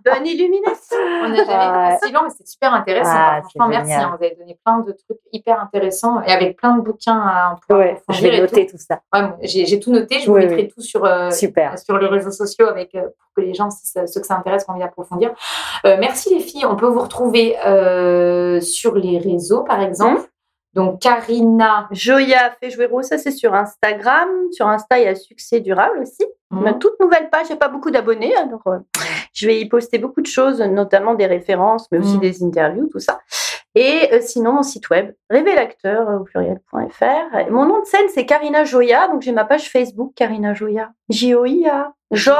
B: Bonne illumination.
A: on n'a jamais
C: Ouais.
A: été si long, mais c'est super intéressant.
C: Ah,
A: Franchement,
C: c'est
A: merci.
C: génial.
A: hein. vous avez donné plein de trucs hyper intéressants et avec plein de bouquins à en pouvoir
C: Ouais, je
A: approfondir
C: vais
A: et
C: noter tout ça.
A: tout. Ouais, moi, J'ai j'ai tout noté. Je vous
C: Oui,
A: mettrai
C: oui.
A: tout sur, euh,
C: Super.
A: sur les réseaux sociaux avec, euh, pour que les gens, si ça- ceux que ça intéresse, ont envie d'approfondir. Euh, merci les filles. On peut vous retrouver euh, sur les réseaux, par exemple.
C: Mmh.
A: Donc, Karina.
B: Joya fait jouer rose, ça c'est sur Instagram. Sur Insta, il y a succès durable aussi. Ma
C: Mmh.
A: Hum.
B: toute nouvelle page, j'ai pas beaucoup d'abonnés, alors euh, je vais y poster beaucoup de choses, notamment des références, mais aussi
A: Mm.
B: des interviews, tout ça. Et euh, sinon, mon site web, révélacteur euh, au pluriel.fr. Mon nom de scène, c'est Karina Joya, donc j'ai ma page Facebook, Karina Joya. J-O-I-A. Joy,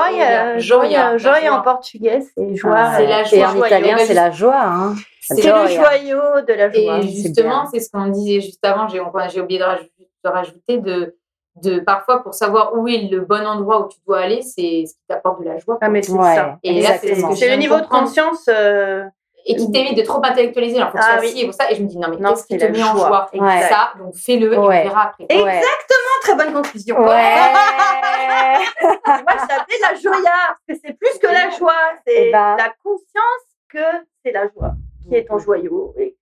A: Joya,
B: euh, joy, euh,
A: joie.
B: joy en portugais, c'est joie.
C: Ah,
A: c'est la
B: euh,
A: joie.
C: Et en
B: joyeux.
C: italien, c'est la joie. Hein.
A: C'est
B: C'est le
C: Joya.
B: joyau de la joie.
A: Et
C: c'est
A: justement,
C: bien.
A: c'est ce qu'on disait juste avant, j'ai on- j'ai oublié de raj- de rajouter, de, de parfois pour savoir où est le bon endroit où tu dois aller, c'est ce qui t'apporte de la joie.
B: Ah, mais c'est
C: Ouais,
B: ça.
A: Et là, c'est ce que
C: exactement.
B: C'est le
A: viens de
B: niveau de
A: comprendre.
B: conscience. euh,
A: Et qui t'évite de trop intellectualiser, alors faut que
B: Ah
A: ah,
B: oui.
A: et pour ça. Et je me dis, non, mais
B: non,
A: qu'est-ce
B: c'est
A: qui te
B: la
A: met en joie
B: joie.
C: Ouais.
B: Exact.
A: Ça, donc fais-le et on
C: Ouais.
A: verra après.
B: Et-
C: Ouais.
B: Très bonne conclusion.
C: Ouais.
B: Et moi, je l'appelais la joya, parce que c'est plus que la joie, c'est
C: Eh ben. Mmh.
B: la conscience que c'est la joie, qui est ton joyau. Et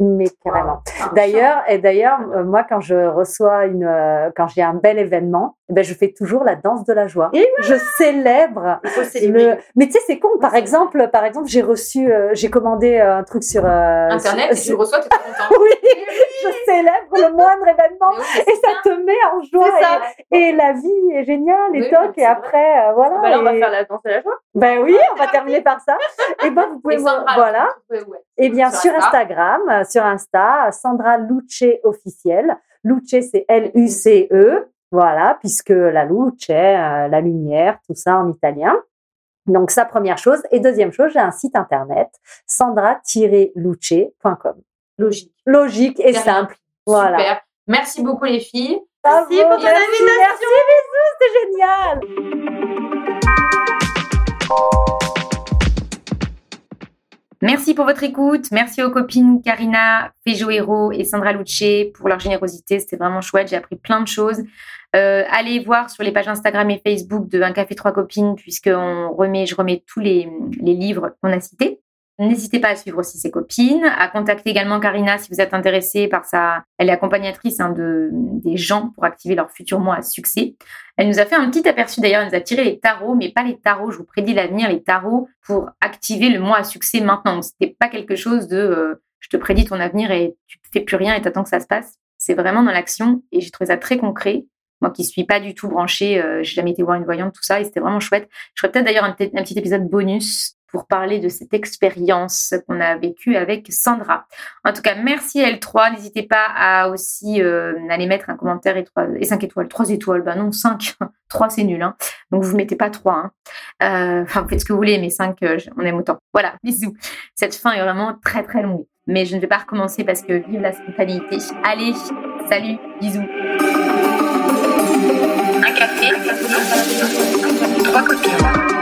C: Mais carrément.
A: Enfin,
C: D'ailleurs, et d'ailleurs, euh, moi, quand je reçois une, euh, quand j'ai un bel événement, eh ben, je fais toujours la danse de la joie.
B: Et
C: Je célèbre.
B: il faut célébrer.
C: Le... Mais tu sais, c'est con. Par exemple, par exemple, j'ai reçu, euh, j'ai commandé euh, un truc sur euh,
A: Internet, et
C: sur-
A: tu le reçois, tu es content.
C: Oui, je célèbres le moindre événement
A: Mais oui, c'est
C: et ça te met en joie.
B: C'est ça.
C: Et, et la vie est géniale et
A: Oui,
C: toc.
A: c'est
C: Et
A: vrai.
C: après, euh, voilà.
B: Bah là, on va
C: et-
B: faire la danse à la joie.
C: Ben oui, on va terminer par ça. Et ben, vous pouvez
A: Et
C: voir.
A: Sandra,
C: Voilà.
A: Ouais, ouais.
C: Eh bien,
A: Sur
C: sur
A: Insta.
C: Instagram, euh, sur Insta, Sandra Luce officielle. Luce, c'est L-U-C-E. E, Voilà, puisque la luce, euh, la lumière, tout ça en italien. Donc, ça, première chose. Et deuxième chose, j'ai un site internet, sandra-luce.com.
A: Logique.
C: Logique et
A: Derrière.
C: simple. Voilà.
A: Super. Merci beaucoup les filles.
C: Bravo,
B: Merci pour ton
C: merci,
B: invitation.
C: merci, bisous, c'était génial.
A: Merci pour votre écoute. Merci aux copines Karina, Fejo Hero et Sandra Luce pour leur générosité. C'était vraiment chouette. J'ai appris plein de choses. Euh, allez voir sur les pages Instagram et Facebook de Un Café Trois Copines, puisque on remet, je remets tous les, les livres qu'on a cités. N'hésitez pas à suivre aussi ses copines, à contacter également Karina si vous êtes intéressé par sa. Elle est accompagnatrice hein, de, des gens pour activer leur futur mois à succès. Elle nous a fait un petit aperçu d'ailleurs, elle nous a tiré les tarots, mais pas les tarots, je vous prédis l'avenir, les tarots pour activer le mois à succès maintenant. Donc, C'était pas quelque chose de euh, je te prédis ton avenir et tu fais plus rien et t'attends que ça se passe. C'est vraiment dans l'action et j'ai trouvé ça très concret. Moi qui suis pas du tout branchée, euh, j'ai jamais été voir une voyante, tout ça, et c'était vraiment chouette. Je ferais peut-être d'ailleurs un, petit- un petit épisode bonus pour parler de cette expérience qu'on a vécue avec Sandra. En tout cas, merci à L3. N'hésitez pas à aussi euh, aller mettre un commentaire et, trois, et 5 étoiles. 3 étoiles, bah non, 5. 3 c'est nul. Hein. Donc vous mettez pas 3. Hein. Euh, enfin, vous faites ce que vous voulez, mais 5, on aime autant. Voilà, bisous. Cette fin est vraiment très très longue. Mais je ne vais pas recommencer parce que vive la spontanéité. Allez, salut, bisous. Un café, trois copines.